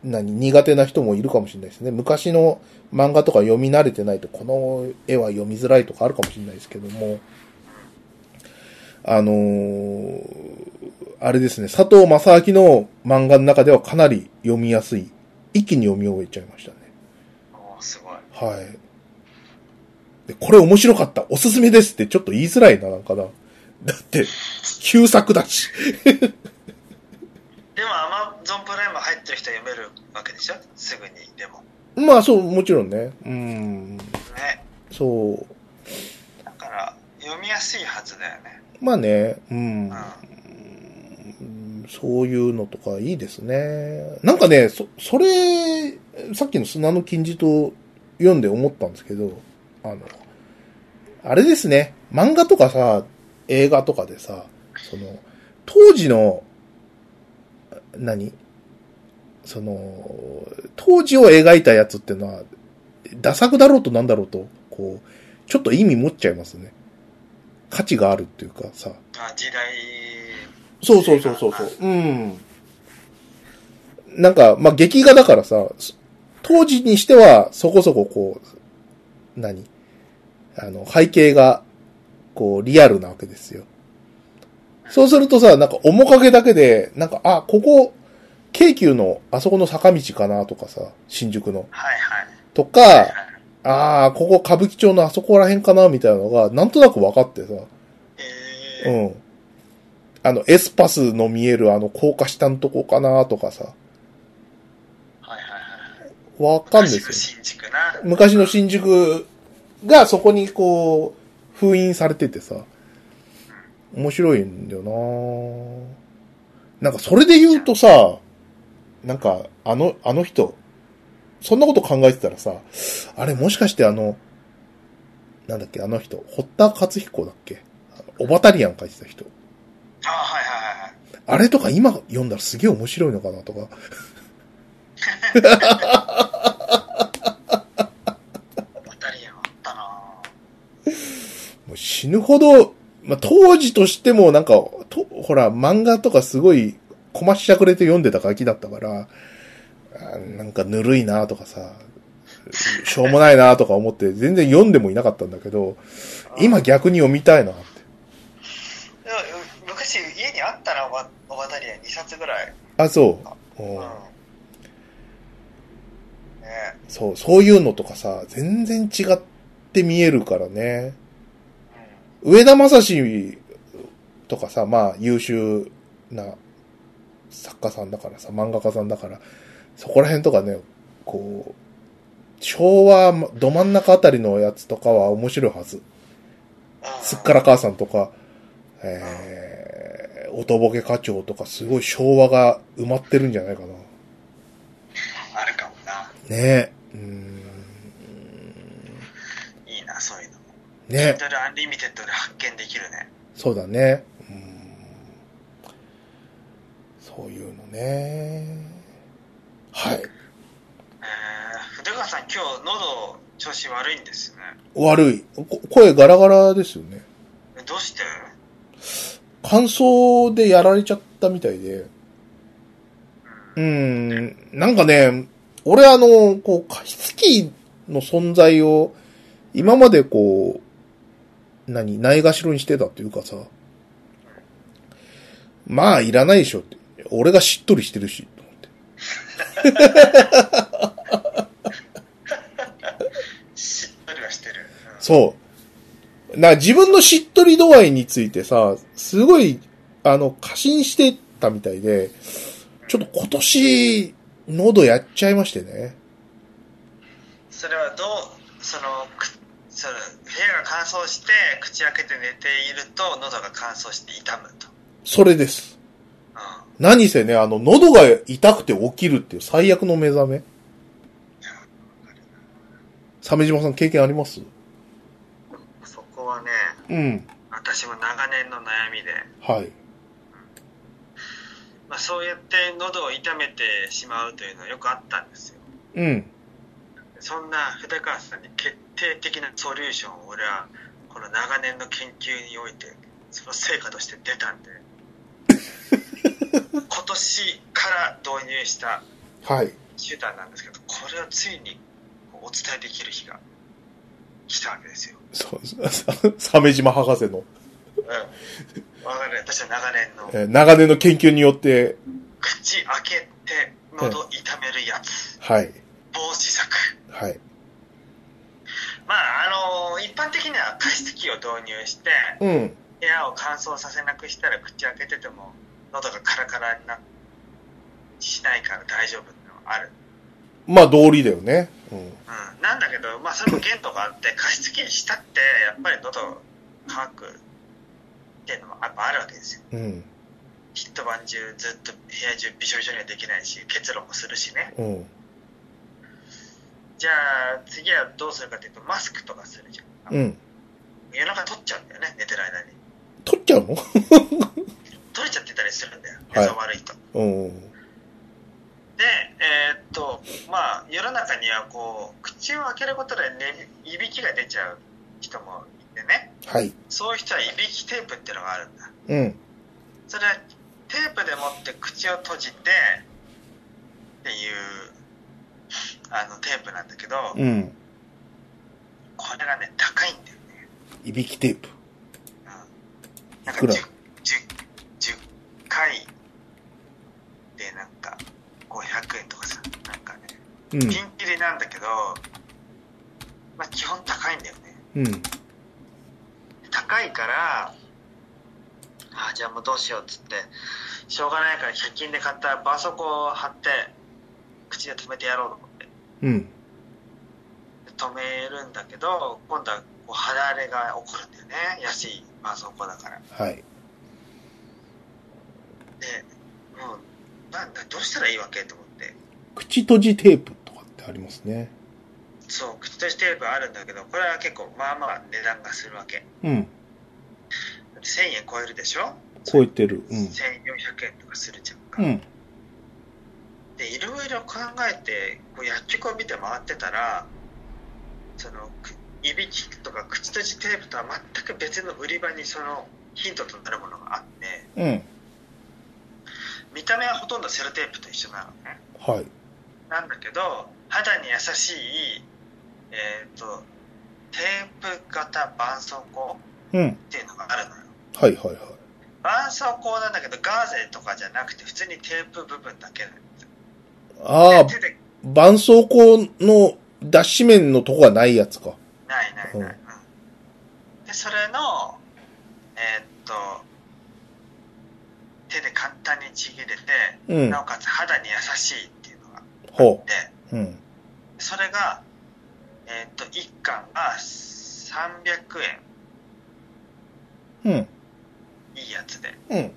何、苦手な人もいるかもしれないですね。昔の漫画とか読み慣れてないと、この絵は読みづらいとかあるかもしれないですけども、あのーあれですね、佐藤正明の漫画の中ではかなり読みやすい。一気に読み終えちゃいましたね。
おーすごい。
はい。で、これ面白かった。おすすめですってちょっと言いづらいな、なんかな。だって、旧作だし。
でも Amazon プライム入ってる人は読めるわけでしょすぐにでも
まあそう、もちろんね。うん。
ね
そう。
だから読みやすいはずだよね
まあね、うん
うん。
そういうのとかいいですね。なんかね、そ、それ、さっきの砂の金字塔読んで思ったんですけど、あの、あれですね、漫画とかさ、映画とかでさ、その、当時の、何その、当時を描いたやつってのは、ダ作だろうとなんだろうと、こう、ちょっと意味持っちゃいますね。価値があるっていうかさ。
あ時代
そうそうそうそうそう。うん。なんか、まあ、劇画だからさ、そ当時にしてはそこそここう、何あの、背景が、こう、リアルなわけですよ。そうするとさ、なんか面影だけで、なんか、あ、ここ、京急のあそこの坂道かなとかさ、新宿の。
はいはい
とか、ああ、ここ歌舞伎町のあそこら辺かなみたいなのが、なんとなく分かってさ、
え
う
ー
ん。あの、エスパスの見えるあの、高架下のとこかなとかさ、
はいはいはい
わかんないですよ。
昔の新宿な
昔の新宿がそこにこう、封印されててさ、面白いんだよななんかそれで言うとさ、なんか、あの、あの人、そんなこと考えてたらさ、あれもしかしてあの、なんだっけ、あの人、堀田勝彦だっけあのオバタリアン書いてた人。
あはいはいはいはい
あれとか今読んだらすげえ面白いのかなとか。
バタリアンあったな
もう死ぬほど、まあ、当時としてもなんか、と、ほら、漫画とかすごい、こましゃくれて読んでたガキだったから、あーなんかぬるいなとかさ、しょうもないなとか思って、全然読んでもいなかったんだけど、今逆に読みたいなって。
でも昔家にあったなおばおばたりや2冊ぐらい
あ、そう。
うん
うん
ね
そう、そういうのとかさ、全然違って見えるからね。
う
上田正史とかさ、まあ優秀な作家さんだからさ、漫画家さんだから、そこら辺とかね、こう、昭和ど真ん中あたりのやつとかは面白いはず。
んうん
すっから母さんとか、えー、おとぼけ課長とかすごい昭和が埋まってるんじゃないかな。ね
あるかもな
え。うーん。
いいなそういうのも
ね
Kindle Unlimited で発見できるね
そうだね。うん。そういうのね。はい。
えー、筆川さん今日喉調子悪いんですね
悪い。こ声ガラガラですよね。
えどうして
乾燥でやられちゃったみたいで。うーん。なんかね、俺あの、こう、加湿器の存在を、今までこう、何、ないがしろにしてたというかさ、まあ、いらないでしょって。俺がしっとりしてるし、と思って。
しっとりはしてる、うん
そう。な、自分のしっとり度合いについてさ、すごい、あの、過信してたみたいで、ちょっと今年、喉やっちゃいましてね。
それはどうそのくその部屋が乾燥して口開けて寝ていると喉が乾燥して痛むと、
それです。
うん、
何せね、あの、喉が痛くて起きるっていう最悪の目覚め。鮫島さん経験あります
そこはね
うん。
私も長年の悩みで、
はい。
まあ、そうやって喉を痛めてしまうというのはよくあったんですよ
うん。
そんな筆川さんに決定的なソリューションを俺はこの長年の研究においてその成果として出たん で今年から導入した
はい。
手段なんですけどこれをついにお伝えできる日が来たわけですよ、
そう、鮫島博士の、
うん、我々私は長年の
えー長年の研究によって、
口開けて喉痛めるやつ
はい。
防止策
はい。
まああの一般的には加湿器を導入して
うん。
で部屋を乾燥させなくしたら口開けてても喉がカラカラになしないから大丈夫ってのはある、
まあ道理だよね。うん。
うん、なんだけど、まあ、それも限度があって加湿器にしたってやっぱり喉乾くっていうのもやっぱあるわけですよ
うん。
一晩中ずっと部屋中びしょびしょにはできないし結露もするしね
うん。
じゃあ次はどうするかっていうとマスクとかするじゃん、
うん。
夜中取っちゃうんだよね寝てる間に
取っちゃうの
取れちゃってたりするんだよ
はい
寝相悪いと、
うん。
でえーっとまあ世の中にはこう口を開けることで、ね、いびきが出ちゃう人もいてね
はい。
そういう人はいびきテープっていうのがあるんだ
うん。
それはテープで持って口を閉じてっていうあのテープなんだけど、
うん。
これがね高いんだよね、
いびきテープ。
うん、なん
い
か
く
ら 10, 10 10回でなんか500円とかさなんかねピ
う
ンキリなんだけど、まあ基本高いんだよね
ん。うん。
高いからあじゃあもうどうしようっつってしょうがないから100均で買った絆創膏を貼って口で止めてやろうと思って
うん。
止めるんだけど今度はこう肌荒れが起こるんだよね安い絆創膏だから
はい。
でもうなんだどうしたらいいわけと思って
口閉じテープとかってありますね。
そう口閉じテープあるんだけどこれは結構まあまあ値段がするわけ
うん。
1000円超えるでしょ
超えてる。う
1400円とかするじゃんか、
ん。うん。
でいろいろ考えてこう薬局を見て回ってたらそのくいびきとか口閉じテープとは全く別の売り場にそのヒントとなるものがあって
うん。
見た目はほとんどセロテープと一緒なのね
はい。
なんだけど肌に優しいえっ、とテープ型絆創膏っ
うん。
ていうのがあるのよ
はいはいはい。
絆創膏なんだけどガーゼとかじゃなくて普通にテープ部分だけなんですよ
ああ、
手で
絆創膏の脱脂面のとこはないやつか。
ないないない、うん、でそれのえーっと手で簡単にちぎれて、
うん。
なおかつ肌に優しいっていうのがあ
ほ
って
う。うん。
それがえーっと1巻が300
うん。
円いいやつで
うん。
で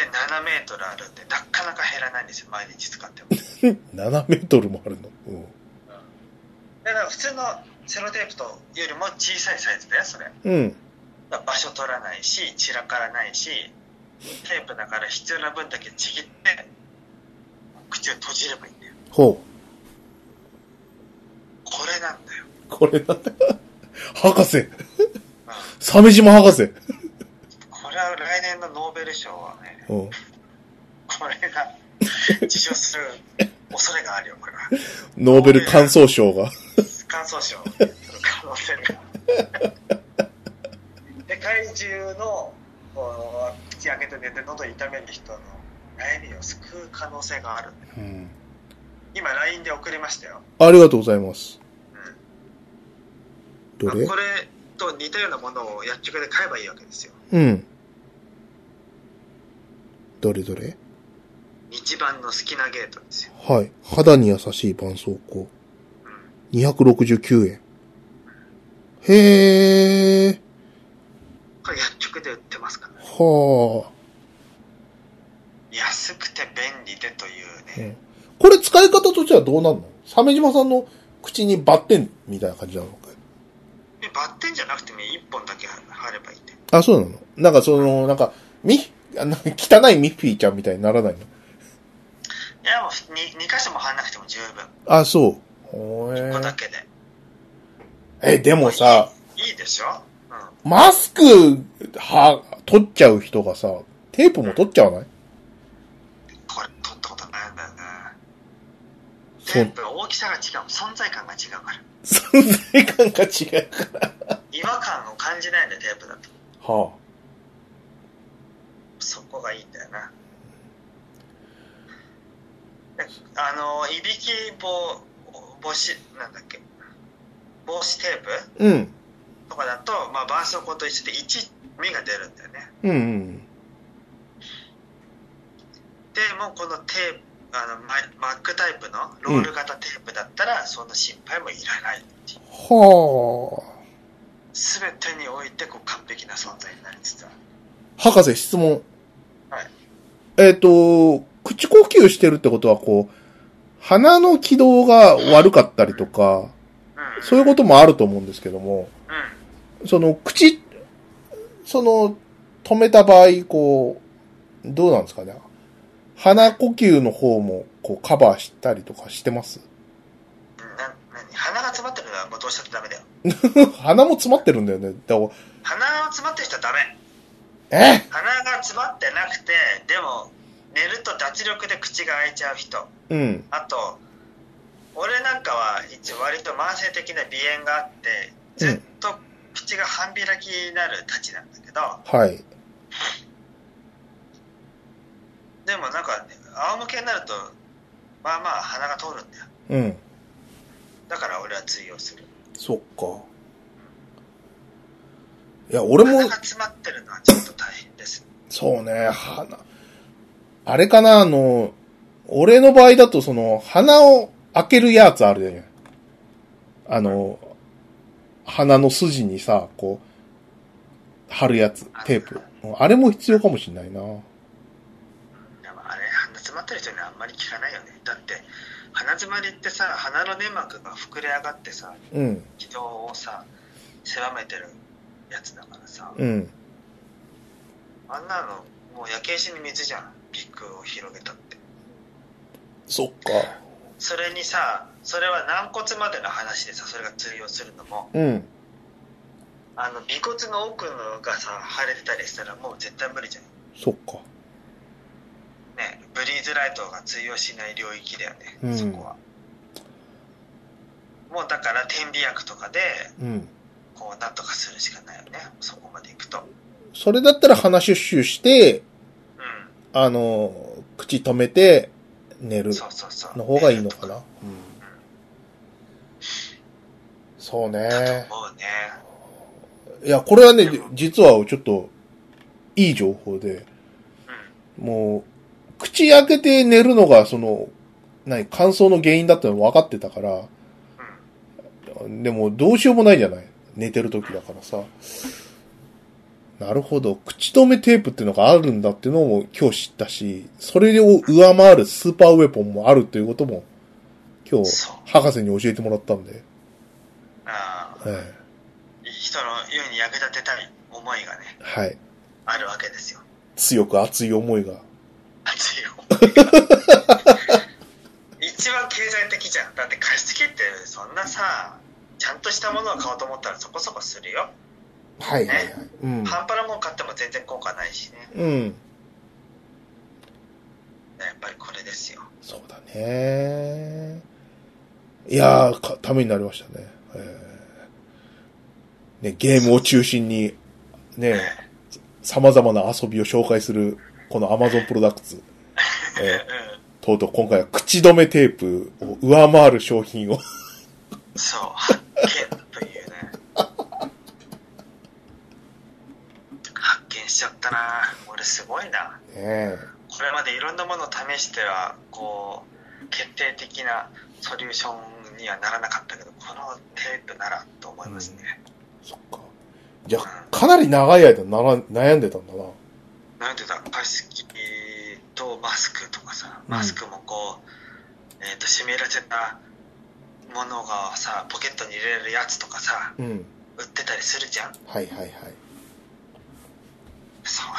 7メートルあるんでなかなか減らないんですよ毎日使っても
7メートルもあるの。
だから普通のセロテープとよりも小さいサイズだよそれ
うん。うん。
場所取らないし散らからないしテープだから必要な分だけちぎって口を閉じればいいんだよ
ほ
これなんだよ、
う。これだ。博士。
うん、
鮫島博士。
これは来年のノーベル賞はね
うん。
これが受賞する恐れがあるよこれは
ノーベル感想賞が。
感想賞を受ける可能性が世界中のこう口開けて寝て喉痛める人の悩みを救う可能性がある
うん。
今 LINE で送りましたよ
ありがとうございます。どれ
これと似たようなものを薬局で買えばいいわけですよ
うん。どれどれ
一番の好きなゲートですよ、
はい。肌に優しい絆創膏。
うん、
269円。へー。
これ薬局で売ってますから
はあ。
安くて便利でというね、
これ使い方としてはどうなんの鮫島さんの口にバッテンみたいな感じなのか
でバッテンじゃなくても1本だけ貼ればいいんだよ
あ、そうなのなんかその、なんか、ミあなんか汚いミッフィーちゃんみたいにならないの
いやもう 2, 2箇所も貼らなくても十分
あ、そう。
こ
ほ
こだ
ー
けで
え、でもさ、
いいでしょ、うん、
マスク、は、取っちゃう人がさ、テープも取っちゃわない
これ取ったことないんだよね
そう
全部大きさが違う存在感が違うから
存在感が違うから。
違和感を感じないんだよテープだと
は
そこがいいんだよな。であの、いびき防、防止、なんだっけ、防止テープ
あ、うん。
とかだと、まあ、絆創膏と一緒で1芽が出るんだよね。
うんうん。
でもうこのテープあのママックタイプのロール型テープだったら、そんな心配もいらないっていう
はあ。
全てにおいてこう完璧な存在になりつつある
博士質問。
はい
えっ、と、口呼吸してるってことはこう、鼻の軌道が悪かったりとか、
うん
そういうこともあると思うんですけども、
う
その口、その、止めた場合、こう、どうなんですかね。鼻呼吸の方も、こう、カバーしたりとかしてます
んな何鼻が詰まってるのはもうどうしたってダメだよ
鼻も詰まってるんだよね。だから
鼻が詰まってる人はダメ
え
鼻が詰まってなくてでも寝ると脱力で口が開いちゃう人
うん。
あと俺なんかは一応割と慢性的な鼻炎があってずっと口が半開きになるたちなんだけど、
はい。
でもなんか、ね、仰向けになるとまあまあ鼻が通るんだよ
うん。
だから俺は通用する
そっか。いや、俺も
鼻、が詰まってるのはちょっと大変です
そうね、鼻。あれかな、あの、俺の場合だと、その、鼻を開けるやつあるよね。あの、鼻の筋にさ、こう、貼るやつ、テープ。あれも必要かもしんない
で
な。
もあれ鼻詰まってる人にはあんまり聞かないよねだって鼻詰まりってさ鼻の粘膜が膨れ上がってさ
うん、
気道をさ狭めてるやつだからさ
うん。
あんなのもう焼け石に水じゃん鼻腔を広げたって
そっか。
それにさそれは軟骨までの話でさそれが通用するのも
うん。
あの尾骨の奥のがさ腫れてたりしたらもう絶対無理じゃん
そっか。
ねブリーズライトが通用しない領域だよね、
うん
そこはもうだから点鼻薬とかで
うん。
こうなんとかするしかないよねそこまでいくと
それだったら鼻シュッシュして、
う
あの、口止めて、寝る
ん。そうそうそう
の方がいいのかな。うん。そうね。
もうね
いや、これはね、実はちょっと、いい情報で、
う
もう、口開けて寝るのが、その、何、乾燥の原因だっての分かってたから、
んうん
でも、どうしようもないじゃない寝てる時だからさ。なるほど。口止めテープっていうのがあるんだっていうのも今日知ったし、それを上回るスーパーウェポンもあるということも、今日
そう、
博士に教えてもらったんで。
ああ
え
人の世に役立てたい思いがね
えはい。
あるわけです よ
強く熱い思いが。
熱い思いが一番経済的じゃんだって貸し付けってそんなさちゃんとしたものを買おうと思ったらそこそこするよ、
はいはいはい。うん。
半端なもん買っても全然効果ないしね
うん。
やっぱりこれですよ
そうだね。いやー、かためになりましたね。えーね、ゲームを中心に、ね、様々な遊びを紹介する、この Amazon プロダクツ。え
う
ーとうとう今回は口止めテープを上回る商品を。
んそう発見という ね発見しちゃったな俺すごいな
ね
これまでいろんなものを試してはこう決定的なソリューションにはならなかったけどこのテープならと思いますね、
そっか。じゃあ、かなり長い間なら悩んでたんだな。
なんていうか加湿器とマスクとかさ
うん
マスクもこう、えー、と湿らせたものがさポケットに入れるやつとかさ
うん。
売ってたりするじゃん
はいはいはい。
それ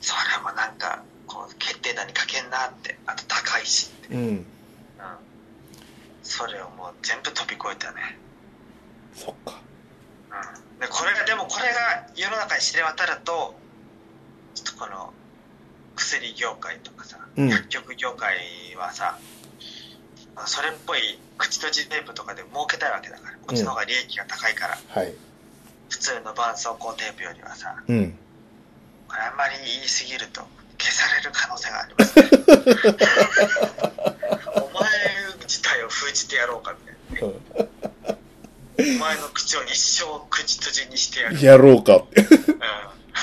それもなんかこう決定打にかけんなってあと高いしって、
う
う
ん。
ん、それをもう全部飛び越えたね
そっか。
うんでこれがでもこれが世の中に知れ渡るとちょっとこの薬業界とかさ、
うん
薬局業界はさそれっぽい口閉じテープとかで儲けたいわけだからこっちの方が利益が高いから、
はい。
普通の絆創膏テープよりはさ
うん。
これあんまり言い過ぎると消される可能性がありますね お前自体を封じてやろうかみたいなねお前の口を一生口閉じにしてやる
やろうかって。
う ん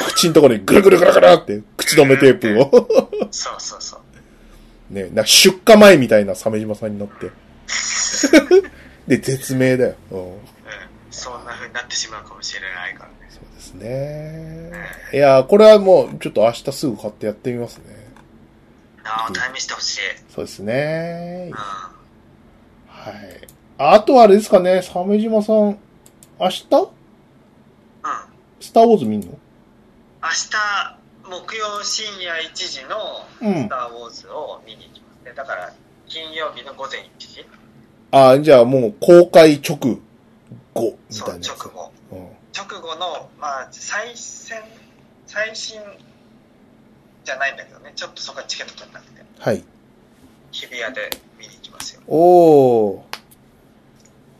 口のところにぐるぐるぐるぐるって口止めテー プを。
そうそうそう。
ね、なんか出荷前みたいな鮫島さんになって。 で、絶命だよ。うん。
うん。そんな風になってしまうかもしれないからね。
そうですね。いやー、これはもう、ちょっと明日すぐ買ってやってみますね。
ああ、試してほしい。
そうですね
うん。。
はい。あとはあれですかね、鮫島さん、明日
うん。
スターウォーズ見んの
明日、木曜深夜1時の
う
ス
ん
タ。ー・ウォーズを見に行きますね。だから、金曜日の午前1時、
あ、じゃあもう公開直後、み
そ
た
う
いなや
直
つ。
後。
うん。
直後の、まあ、最先、最新じゃないんだけどね、ちょっとそこはチケット取れなくて、
はい。
日比谷で見に行きますよ。
お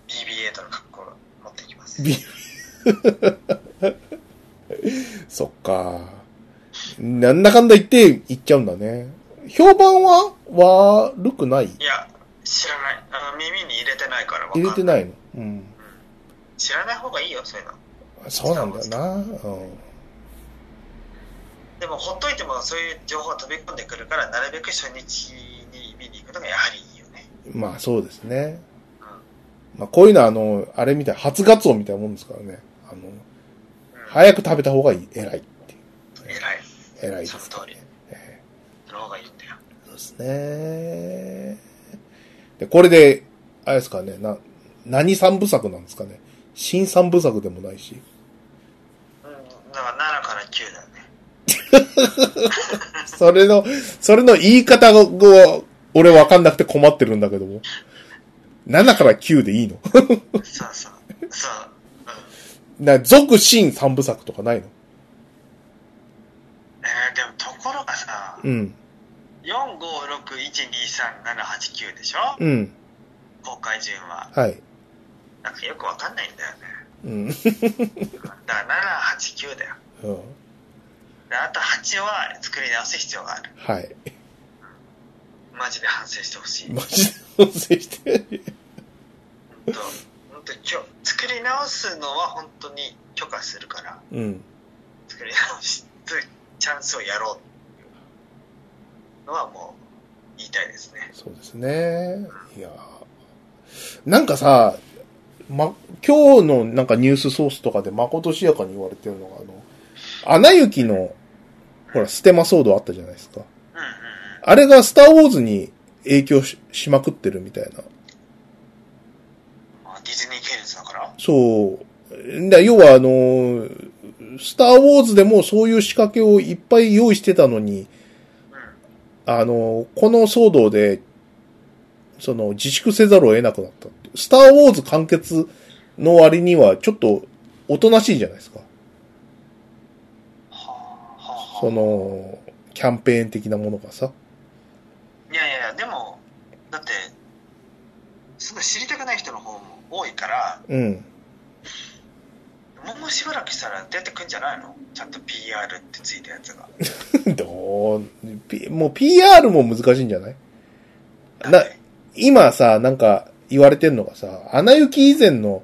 ー。
BB8 の格好を持ってきます。
ビそっか。なんだかんだ言って行っちゃうんだね。評判は悪くない
いや、知らない。あの耳に入れてないから分かんな
入れ
い。
てないのうん。
知らない方がいいよ、そういうの。
そうなんだよな。うん。
でも、ほっといてもそういう情報が飛び込んでくるから、なるべく初日に見に行くのがやはりいいよね。
まあそうですね。
う
まあこういうのはあの、あれみたい、初ガツオみたいなもんですからね。あの、
ん。うん、
早く食べた方がいい。偉いっていう。
偉い。
偉いで
そ
す。
の通り。その方がいいんだよ。
そうですね。で、これで、あれですかね、な、何三部作なんですかね。新三部作でもないし。
うん。だから7から9だよ ね。
それの、それの言い方を、俺わかんなくて困ってるんだけども。7から9でいいの
そうそう。そう。うん。
な、続新三部作とかないの
えー、でもところがさ、
うん。
4、5、6、1、2、3、7、8、9でしょ
うん。
公開順は。
はい。
なんかよくわかんないんだよね。
うん。
だ から7、8、9だよ。
うん
であと8は作り直す必要がある。
はい。
マジで反省してほしい。
マジで反省して。
ほんとほんときょ作り直すのは本当に許可するから
うん。
作り直すチャンスをやろうっていうのはもう言いたいですね
そうですね。いやーなんかさ、ま、今日のなんかニュースソースとかでまことしやかに言われてるのが、あの、アナ雪の、ほら、ステマ騒動あったじゃないですか。
うんうん
あれがスターウォーズに影響ししまくってるみたいな。
うんまあディズニー系列だから
そう。だ要はあのースターウォーズでもそういう仕掛けをいっぱい用意してたのに、
う
あのーこの騒動で、その自粛せざるを得なくなったって。スターウォーズ完結の割にはちょっとおとなしいじゃないですか。
んはあはあ
そ
は
の、キャンペーン的なものがさ。
あいやいやいやでもだってすごい知りたくない人の方も多いから
うん。
もうしばらくしたら出てくんじゃないのちゃんと PR ってついたやつが
どう、P- もう PR も難しいんじゃないな、今さ、なんか言われてんのがさ、アナ雪以前の、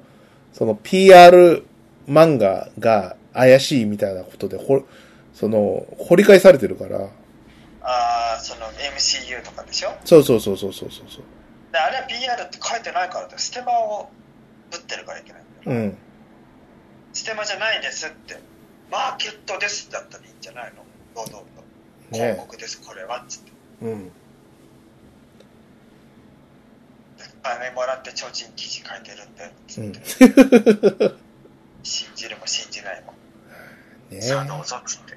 その PR 漫画が怪しいみたいなことで、ほ、その、掘り返されてるから。
ああその MCU とかでしょ
そうそうそうそうそうそうそ
であれは PR って書いてないからだよステマをぶってるからいけないんだ
う。う
よ、
ん。
ステマじゃないですってマーケットですだったらいいんじゃないの堂々と広
ね
告です、これはっつって
うん。
金もらって提灯記事書いてるんだよっつって、信じるも信じないも、
ね
さあどうぞっつって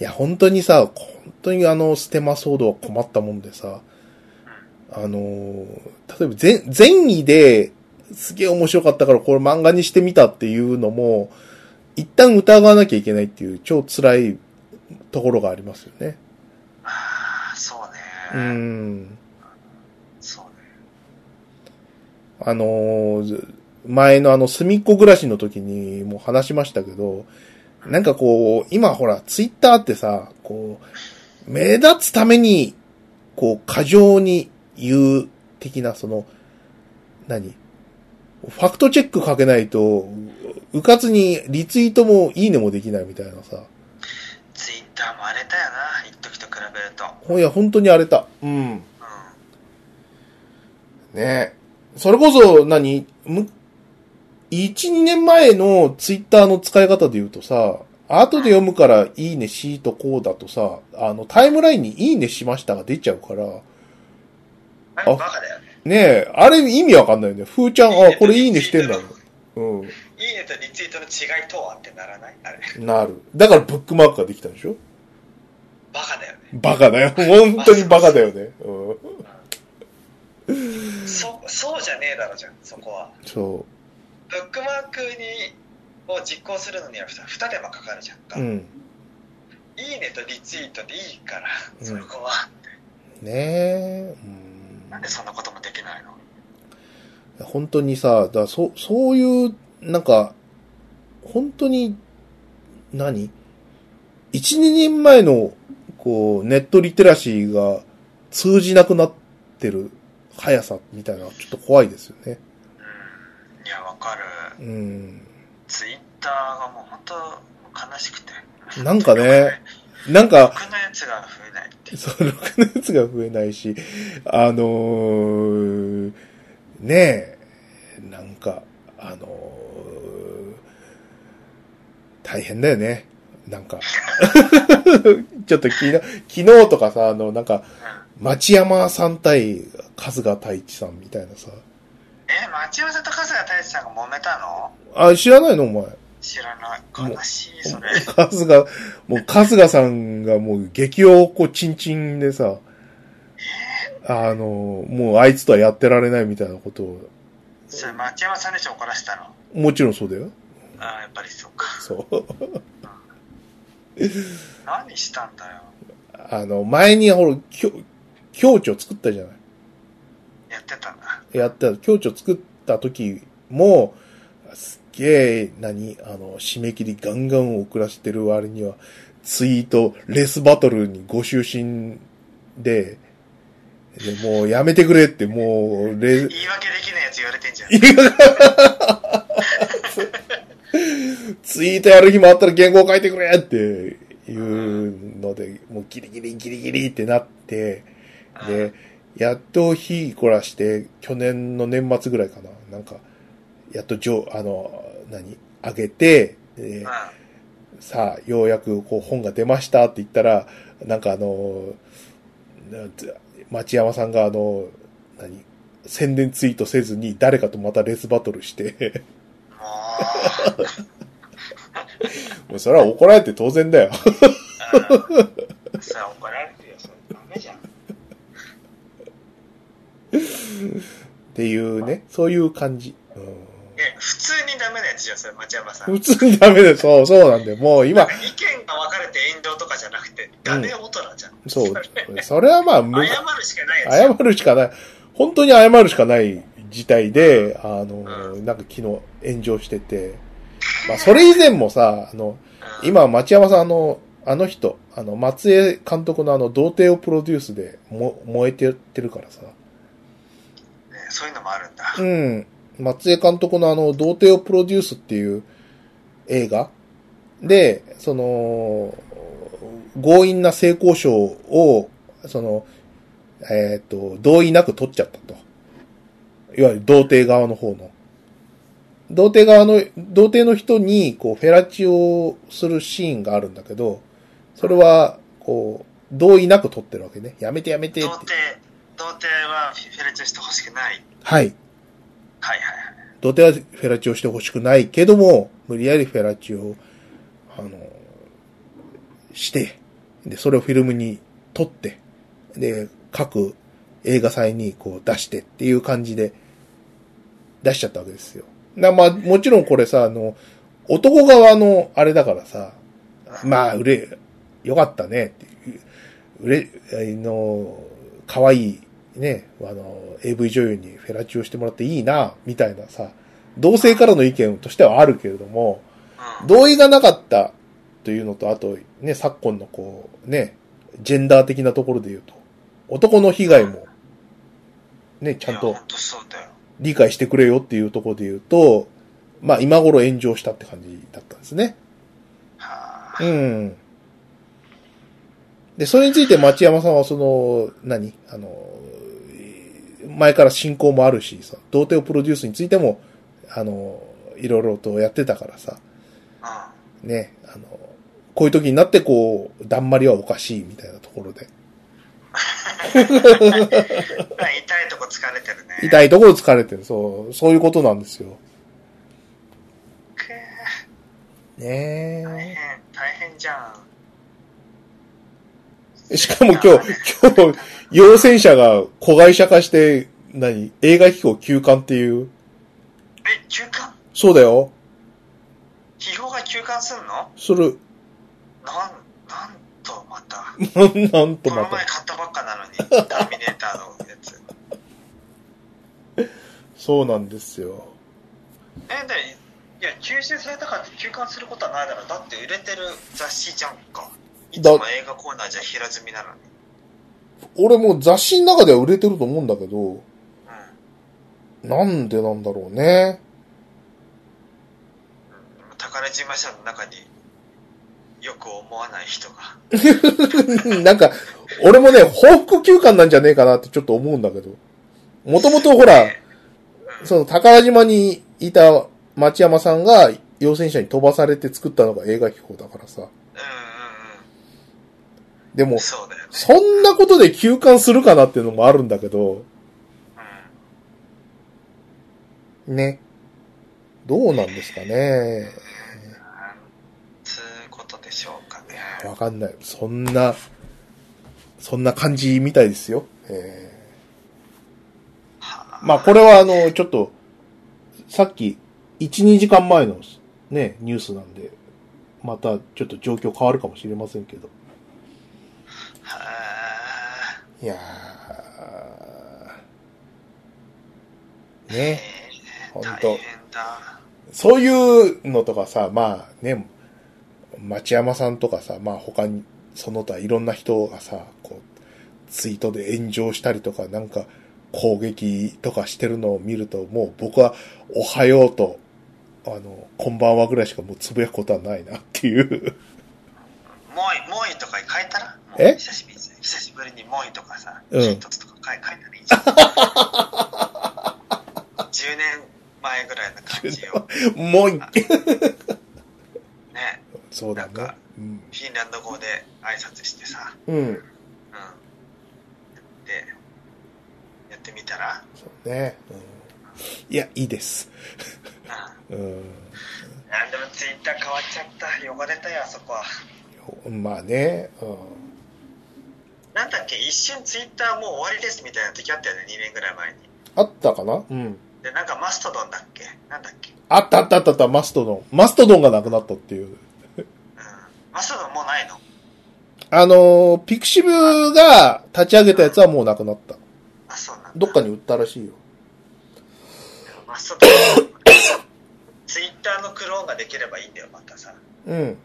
いや、本当にさ、本当にあの、ステマ騒動は困ったもんでさ、あのー例えば前、前位で、すげえ面白かったからこれ漫画にしてみたっていうのも、一旦疑わなきゃいけないっていう超辛いところがありますよね。
ああそうね
う、ん。
そうね
あのーず前のあの、隅っこ暮らしの時にも話しましたけど、なんかこう、今ほら、ツイッターってさ、こう、目立つために、こう、過剰に言う的な、その、何ファクトチェックかけないと、ううかつにリツイートもいいねもできないみたいなさ。
れたよな一時と比べると
ほいや、本当に荒れた。うん。
う
ねえ。それこそ何、む、1、2年前のツイッターの使い方で言うとさ、後で読むからいいねしとこうだとさ、あの、タイムラインにいいねしましたが出ちゃうから、
んあれバ
あ
カだよね
ねえ、あれ意味わかんないよね。ふーちゃん、あ、これいいねしてんだ
いいね
もん。う
といいねとリツイートの違いとはってならないあれ
ん。なる。だからブックマークができたんでしょ
バカだよね
バカだよ。本当にバカだよね。うん。
そそうじゃねえだろじゃんそこは
そ
ブックマークにを実行するのにはふた二手間かかるじゃんか、
う。うん。
いいねとリツイートでいいから、
うん
そこは
ねえ。うん
なんでそんなこともできないの
本当にさ、だからそ、そういう、なんか、本当に、何一、二年前の、こう、ネットリテラシーが通じなくなってる速さみたいなのはちょっと怖いですよね。
うんいやわかる
うん。
ツイッターがもう本当悲しくて
なんかねなんか、
僕のやつが増えないっていう
そう、ろくなやつが増えないし、あのー、ねえ、なんか、あのー、大変だよね。なんか。 ちょっと昨日、昨日とかさ、あの、なんか、町山さん対春日太一さんみたいなさ。
え町山さんと春日太一さんが揉めたの
あ、知らないのお前。
知らない悲しいそれ
春日、もう春日さんがもう激をこうチンチンでさ、あの、もうあいつとはやってられないみたいなことを、
それ町山さんでしょ怒らせたの
もちろんそうだよ。
ああやっぱりそうか
そう。
何したんだよ
あの、前にほら、きょ境地を作ったじゃない。
やってたんだ
やった、境地を作った時も、すっげえ、何、あの、締め切りガンガン遅らせてる割には、ツイート、レスバトルにご就寝で、でもうやめてくれって、もう、レ、
言い訳できないやつ言われてんじゃん
ツイートやる日もあったら原稿書いてくれっていうので、もうギリギリギリギリってなって、で、やっと日凝らして、去年の年末ぐらいかな。なんか、やっと上、あの、何上げて、
う
え
ん
ーさあ、ようやくこう本が出ましたって言ったら、なんかあのー、なんつ町山さんがあの、何宣伝ツイートせずに誰かとまたレースバトルして、
も
もうそれは怒られて当然だよ。
う、うん、それは怒られるよそれダメじゃん
っていうね、そういう感じ。うん
え普通にダメなやつじゃんそれ町山さん
普通にダメだよ。そう、そうなんだよ。もう
なん
今
か、意見が分かれて遠慮とかじゃなくてダメ大人じゃん、
そう
れ、
それはまあ、む
謝るしかないやつ
謝るしかない。本当に謝るしかない事態で、あの、なんか昨日炎上してて、まあ、それ以前もさ、あの、
うん
今、町山さん、あの、あの人、あの、松江監督のあの、童貞をプロデュースでも燃えてってるからさ。
ねそういうのもあるんだ、
うん。松江監督のあの、童貞をプロデュースっていう映画で、その、強引な性交渉を、その、えっ、と、同意なく取っちゃったと。いわゆる童貞側の方の。童貞側の、童貞の人に、こう、フェラチオをするシーンがあるんだけど、それは、こう、同意なく取ってるわけね。やめてやめてっ
童。
て
貞童貞はフェレチオしてほしくない
はい。
はいはいはい
土手はフェラチオしてほしくないけども、無理やりフェラチオ、あの、して、で、それをフィルムに撮って、で、各映画祭にこう出してっていう感じで出しちゃったわけですよ。な、まあ、もちろんこれさ、あの、男側のあれだからさ、まあ、売れ、よかったねっていう、売れ、あの、可愛いね、あの、AV 女優にフェラチオしてもらっていいな、みたいなさ、同性からの意見としてはあるけれども、
うん
同意がなかったというのと、あと、ね、昨今のこう、ね、ジェンダー的なところで言うと、男の被害も、ね、ちゃん
いや
と
本当そうだよ
理解してくれよっていうところで言うと、まあ今頃炎上したって感じだったんですね。
はあ
うん。で、それについて町山さんはその、何あの、えー前から進行もあるしさ、童貞をプロデュースについても、あの、いろいろとやってたからさ、
あ
ね、あの、こういう時になってこう、だんまりはおかしいみたいなところで、
痛いとこ疲れてるね。
痛いところ疲れてる、そう、そういうことなんですよ。
くー
ね
大変、大変じゃ
え。しかも今日、今日、陽性者が子会社化して、何映画飛行休館っていう。
ん。え、休館
そうだよ。
秘宝が休館すんのなん、
する。
なんとまた。
なんと
こ
ま
の
た
前。買ったばっかなのに、ターミネーターのや つ。
そうなんですよ。
え、で、いや、吸収されたからって休館することはないだろ。だって売れてる雑誌じゃんか。いつも映画コーナーじゃ平積みなのに。
俺もう雑誌の中では売れてると思うんだけど、
う
なんでなんだろうね。
ん。宝島社の中によく思わない人が。
なんか、俺もね、報復休館なんじゃねえかなってちょっと思うんだけど。もともとほら、
ね
その宝島にいた町山さんが、陽性者に飛ばされて作ったのが映画機構だからさ。
うんうん
で
う
も
ん。、そうだよね。
そんなことで休館するかなっていうのもあるんだけど、
うん。
ね。どうなんですかね。
なんつうことでしょうかね。
わかんない。そんな、そんな感じみたいですよ。え
は
ーまあこれはあの、ちょっと、さっき、1、2時間前のね、ニュースなんで、またちょっと状況変わるかもしれませんけど。
はい
やー。ね。ほんと
大変だ。
そういうのとかさ、まあね、町山さんとかさ、まあ他に、その他いろんな人がさ、こう、ツイートで炎上したりとか、なんか攻撃とかしてるのを見ると、もう僕はおはようと、あの、こんばんはぐらいしかもうつぶやくことはないなっていう。
もうい、もういとか変えたら
え
久しぶり久しぶりにもういとかさ、
うん
一つとか変え変えたらいいじゃん。10年 前ぐらいの感じを、
もうい、
ね、
そうだ
なん
ね
か。
うん。
フィンランド語で挨拶してさ、
うん。
うん。で、やってみたら、
そうね。うんいや、いいです。
うん。
うん。
なんでもツイッター変わっちゃった。汚れたよ、あそこは。
まあね。うん
なんだっけ、一瞬ツイッターもう終わりですみたいな時あったよね、2年ぐらい前に。
あったかなうん。
で、なんかマストドンだっけなんだっけ
あったあったあったあった、マストドン。マストドンがなくなったっていう。
うん。マストドンもうないの
あのー、ピクシブが立ち上げたやつはもうなくなった。
あ、そうなんだ。
どっかに売ったらしいよ。
マストドン。ツイッターのクローンができればいいんだよ、またさ。
うん。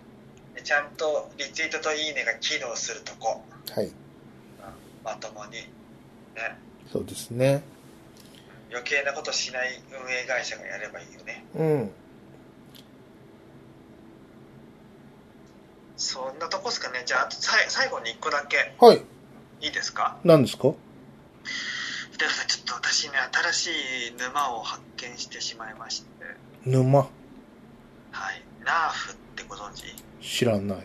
でちゃんとリツイートといいねが機能するとこ、
はい。
まともに。ね。
そうですね。
余計なことしない運営会社がやればいいよね。
うん。
そんなとこですかね。じゃあ、あとさい最後に一個だけ
はい。
いいですか
何ですか
でもさん、ちょっと私ね、新しい沼を発見してしまいまして。
沼。
はい。ナーフってご存知
知らない。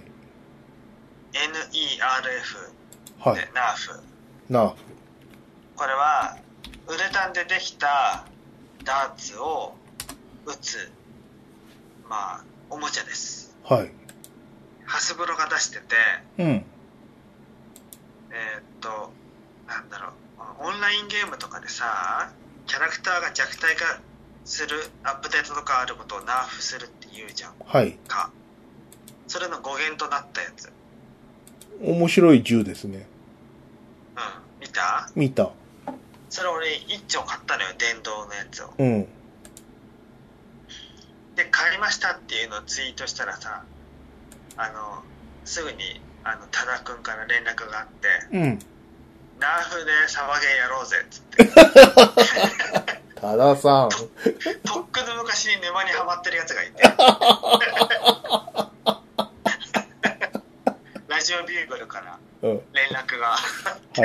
?NERF
は
で
い。
ナーフ。
ナーフ。
これはウレタンでできたダーツを打つまあおもちゃです
はい。
ハスブロが出してて
うん。
えーっとなんだろうオンラインゲームとかでさキャラクターが弱体化するアップデートとかあることをナーフするって言うじゃん
はい。
かそれの語源となったやつうん
面白い銃ですね。
見た
見た。
それ俺一丁買ったのよ電動のやつを
うん。
で買いましたっていうのをツイートしたらさあのすぐにあの多田君から連絡があって
うん。
「ナーフで騒げやろうぜ」っつって
多田さん。
とっくの昔に沼には まってるやつがいてラジオビューグルから
うん。は
連絡が、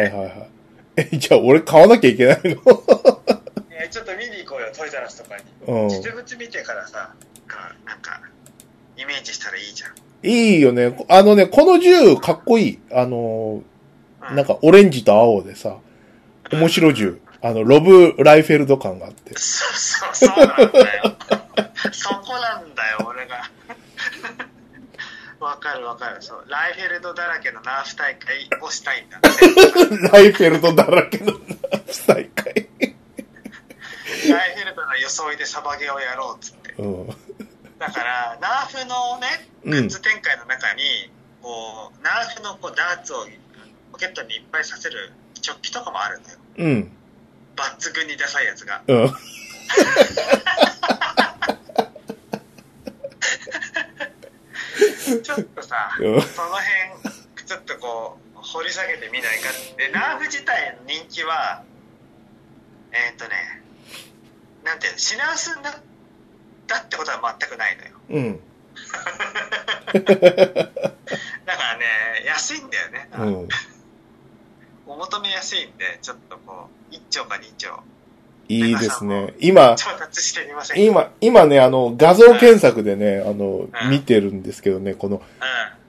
いはいはい。え、 じゃあ俺買わなきゃいけないの
えーちょっと見に行こうよ、トイザらスとかに。
うん。
実物見てからさ、かなんか、イメージしたらいいじゃん。
いいよね。あのね、この銃かっこいい。あの
う
ー、なんかオレンジと青でさ、面白銃。あの、ロブ・ライフェルド感があって。
そうそう、そうなんだよ。そこなんだよ、俺が。わかるわかる。そう、ライフェルドだらけのナーフ大会をしたいんだ。
ライフェルドだらけの 大会。
ライフェルドの装いでサバゲーをやろうっつって。
うん。
だから、ナーフのね、
う
グ
ん
ッズ展開の中に、こう、ナーフのこうダーツをポケットにいっぱいさせるチョッキとかもあるんだよ。
うん。
抜群にダサいやつが。
うん。
ちょっとさ、
うん
その辺、ちょっとこう、掘り下げてみないかって。で、ナーフ自体の人気は、えーっ、とね、なんていうの、品薄になったってことは全くないのよ。
うん。
だからね、安いんだよね。
うん。
お求めやすいんで、ちょっとこう、1丁か2丁、
いいですね。今、
調達してみませんか
今、今ね、あの、画像検索でね、あの、
うん
見てるんですけどね、この、
う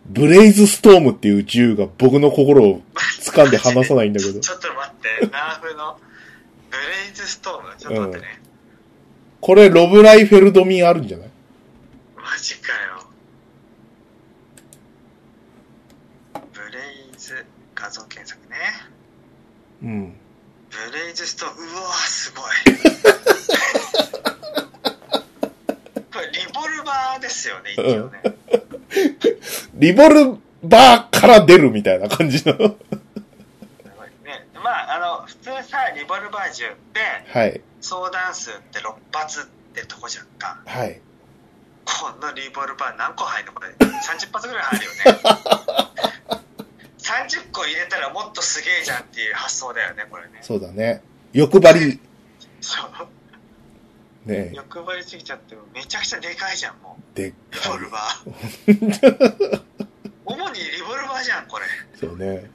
ブレイズストームっていう銃が僕の心を掴んで離さないんだけ ど
ん。、ちょっと待って、ナーフの、ブレイズストーム、ちょっと待ってね。
これロブライフェルドミンあるんじゃない
マジかよ。ブレイズ画像検索ね。
うん。
ブレイズストーン、うわーすごい。これリボルバーですよね、一応ね。
リボルバーから出るみたいな感じの。
す ごいね。まあ、あの、普通さ、リボルバー銃って、
はい。
相談数って6発ってとこじゃんか。
はい。
このリボルバー何個入るのこれ。30発ぐらい入るよ ね。30個入れたらもっとすげえじゃんっていう発想だよね、これね。
そうだね。欲張り。
そう。
ね
欲張りすぎちゃってもめちゃくちゃでかいじゃんもう
でっ
リ
か
ボ
い
ル。バー主にリボルバーじゃんこれ
そうね。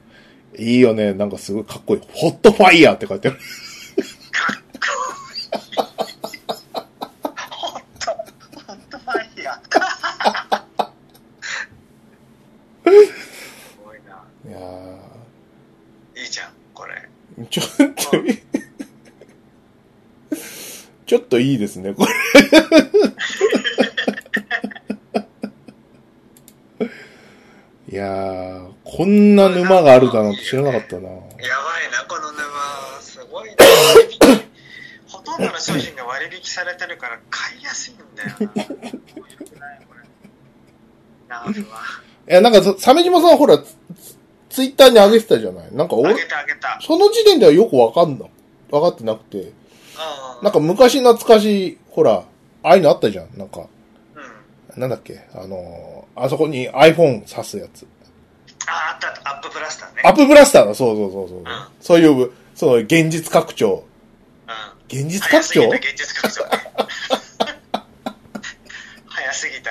いいよね。なんかすごいかっこいい。ホットファイヤーって書いてある。
かっこいいホットホットファイヤー すごいない
や
いいじゃんこれ
ーちょっと、ちょっといいですね、これ。いやー、こんな沼があるだなんて知らなかったな。
やばいなこの沼すごいなほとんどの商品が割引されてるから買いやすいんだよなもう良くないこれナーフは
え、なんかさ、鮫島さんほら、ツツイッターに上げてたじゃないなんか
あ
俺
げ、たあげた
その時点ではよくわかんな、わかってなくて、
うん
なんか昔懐かしい、ほら、ああいうのあったじゃん。なんか、
うん
なんだっけ、あのーあそこに iPhone 挿すやつ。
あ、あったあった、アップブラスターね。
アップブラスターだ、そうそうそうそう。
ん
そういう、その現実拡張。
うん。
現実
早
拡
すぎ
張
た現実拡張。 早すぎた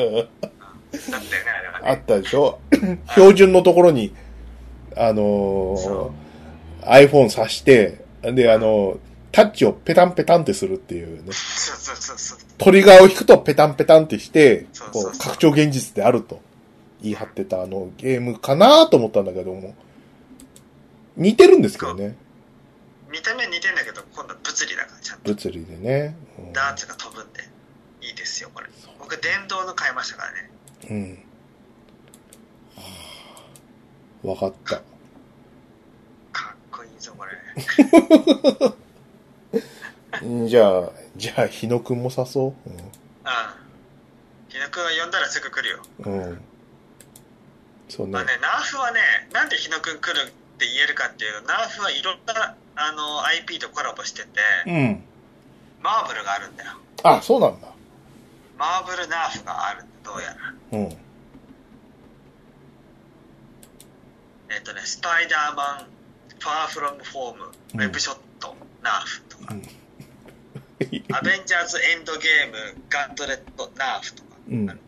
AR
うん
だったよね、あれは
あ
ね。
ったでしょ標準のところに、あの
そ
ー、iPhone 挿して、で、あのータッチをペタンペタンってするっていうね。
そうそうそうそう。
トリガーを引くとペタンペタンってして
そう、そうそ
こ
う
う、拡張現実であると言い張ってたあのゲームかなと思ったんだけども、似てるんですけどね、
見た目似てんだけど、今度は物理だから、ちゃんと。
物理でね。うん
ダーツが飛ぶんで。いいですよ、これ。僕、電動の買いましたからね。
うん。はあわか った。
かっこいいぞ、これ。
んじゃあ、じゃあ、日野くんも誘
うん。ひなくんは呼んだらすぐ来るよ。
おう。うん。うん。そうね
まあ。ね、ナーフはね、なんでひなくん来るって言えるかっていうと、ナーフはいろんな、あの、IP とコラボしてて、
うん。
マーブルがあるんだよ。
あ、そうなんだ。
マーブルナーフがあるどうやら
うん。
えっ、とねスパイダーマンファーフロムフォームウ
うん
ェブショットナーフとか、
うん
アベンジャーズエンドゲームガントレットナーフとか、
うん
ある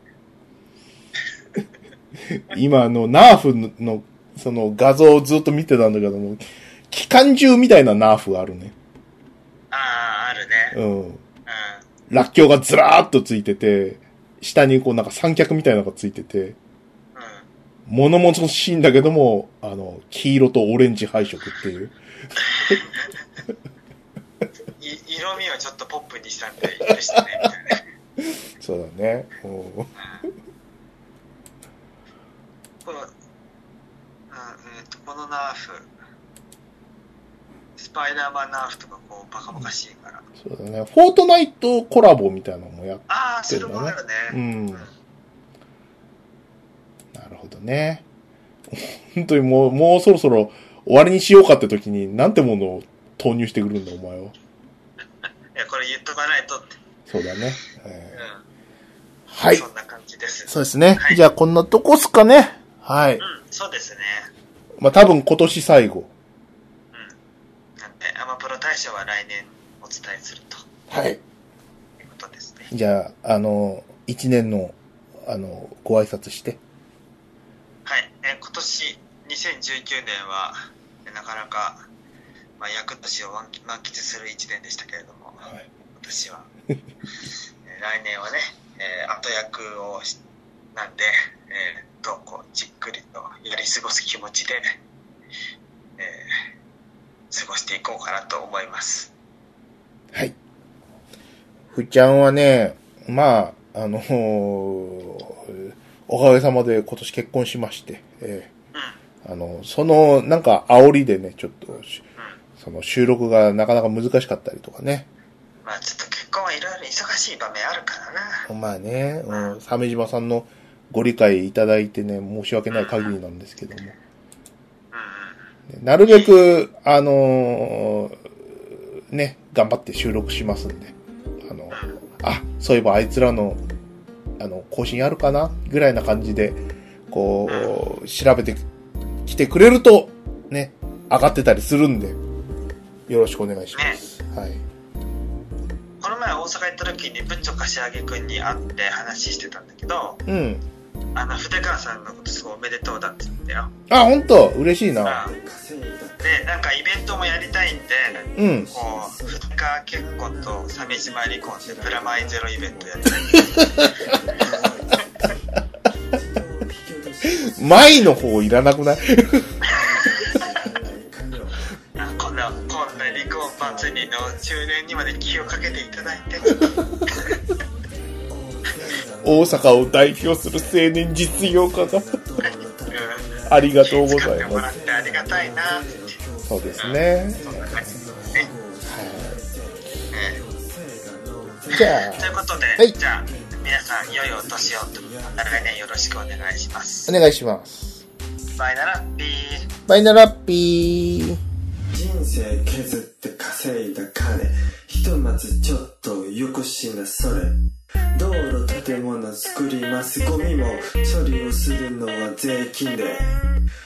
今あの、ナーフのの、その画像をずっと見てたんだけども、機関銃みたいなナーフがあるね。
ああ、あるね。
うん。
う
らっきょうがずらーっとついてて、下にこうなんか三脚みたいなのがついてて、
ん。うん。
物々しいんだけども、あの、黄色とオレンジ配色っていう。
い色味をちょっとポップにしたんで許してねみたいな
そうだね。うん
この,、うんえー、とこのナーフスパイダーマンナーフとかこうバカバカしいから
そうだね。フォートナイトコラボみたいなのもやっ
ああそれもあるね
うん。なるほどね。 本当にもう、もうそろそろ終わりにしようかって時に、なんてものを投入してくるんだ、お前は。
いやこれ言っとかないとって、
そうだね。え
う
ー
ん
はい。
そんな感じです
そうですね。
はい
じゃあ、こんなとこっすかね。はい。
うんそうですね
まあ、多分今年最後。
うんなんでアマプロ大賞は来年お伝えすると
はい。
いうことですね
じゃあ、あの、一年の、あの、ご挨拶して。
はい、えー今年2019年はえーなかなか、まあ、役年を満喫満喫する1年でしたけれども、
はい
私は、 えー来年はね、えー後役をしなんで、えーどうこうじっくりとやり過ごす気持ちで、えー過ごしていこうかなと思います。
はい。ふっちゃんはね、まあ、あのおかげさまで今年結婚しまして、え
うん、うん、
えあの、その、なんか、煽りでね、ちょっと、しその収録がなかなか難しかったりとかね。
まあちょっと結婚はいろいろ忙しい場面あるからな。
まあね、うん、鮫島さんのご理解いただいてね、申し訳ない限りなんですけども。ね
う
なるべく、あのーね、頑張って収録しますんで。あの、
ん、うん、うん、
あ、そういえばあいつらの、あの、更新あるかなぐらいな感じで、こう、調べてきてくれると、ね、上がってたりするんで、よろしくお願いします。はい。
この前大阪行った時に文鳥柏木君に会って話してたんだけど
うん。
あの筆川さんのことすごいおめでとうだって言うんだよ
あ、ほんと嬉しいな。
うんでなんかイベントもやりたいんで
うん。
こう筆川結婚と鮫島離婚でプラマイゼロイベントやりたい
前の方いらなくない
あこんなこんな離婚祭りの中年にまで気をかけていただい て
大阪を代表する青年実業家が
うん
ありがとうご
使っ
ざ
て
い
もら
ま
ってありがたいなって
す。そうですね。
そんな感じですねええ
じゃあ
とい、うことで、
い
じゃあ皆さん良いお年をとまた来年よろしくお願いします
お願いします。
バイならピー
バイナラッピー。
人生削って稼いだ金ひとまずちょっとよこしなそれ道路建物作りますゴミも処理をするのは税金で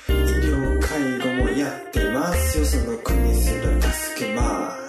医療介護もやってますよその国すら助けます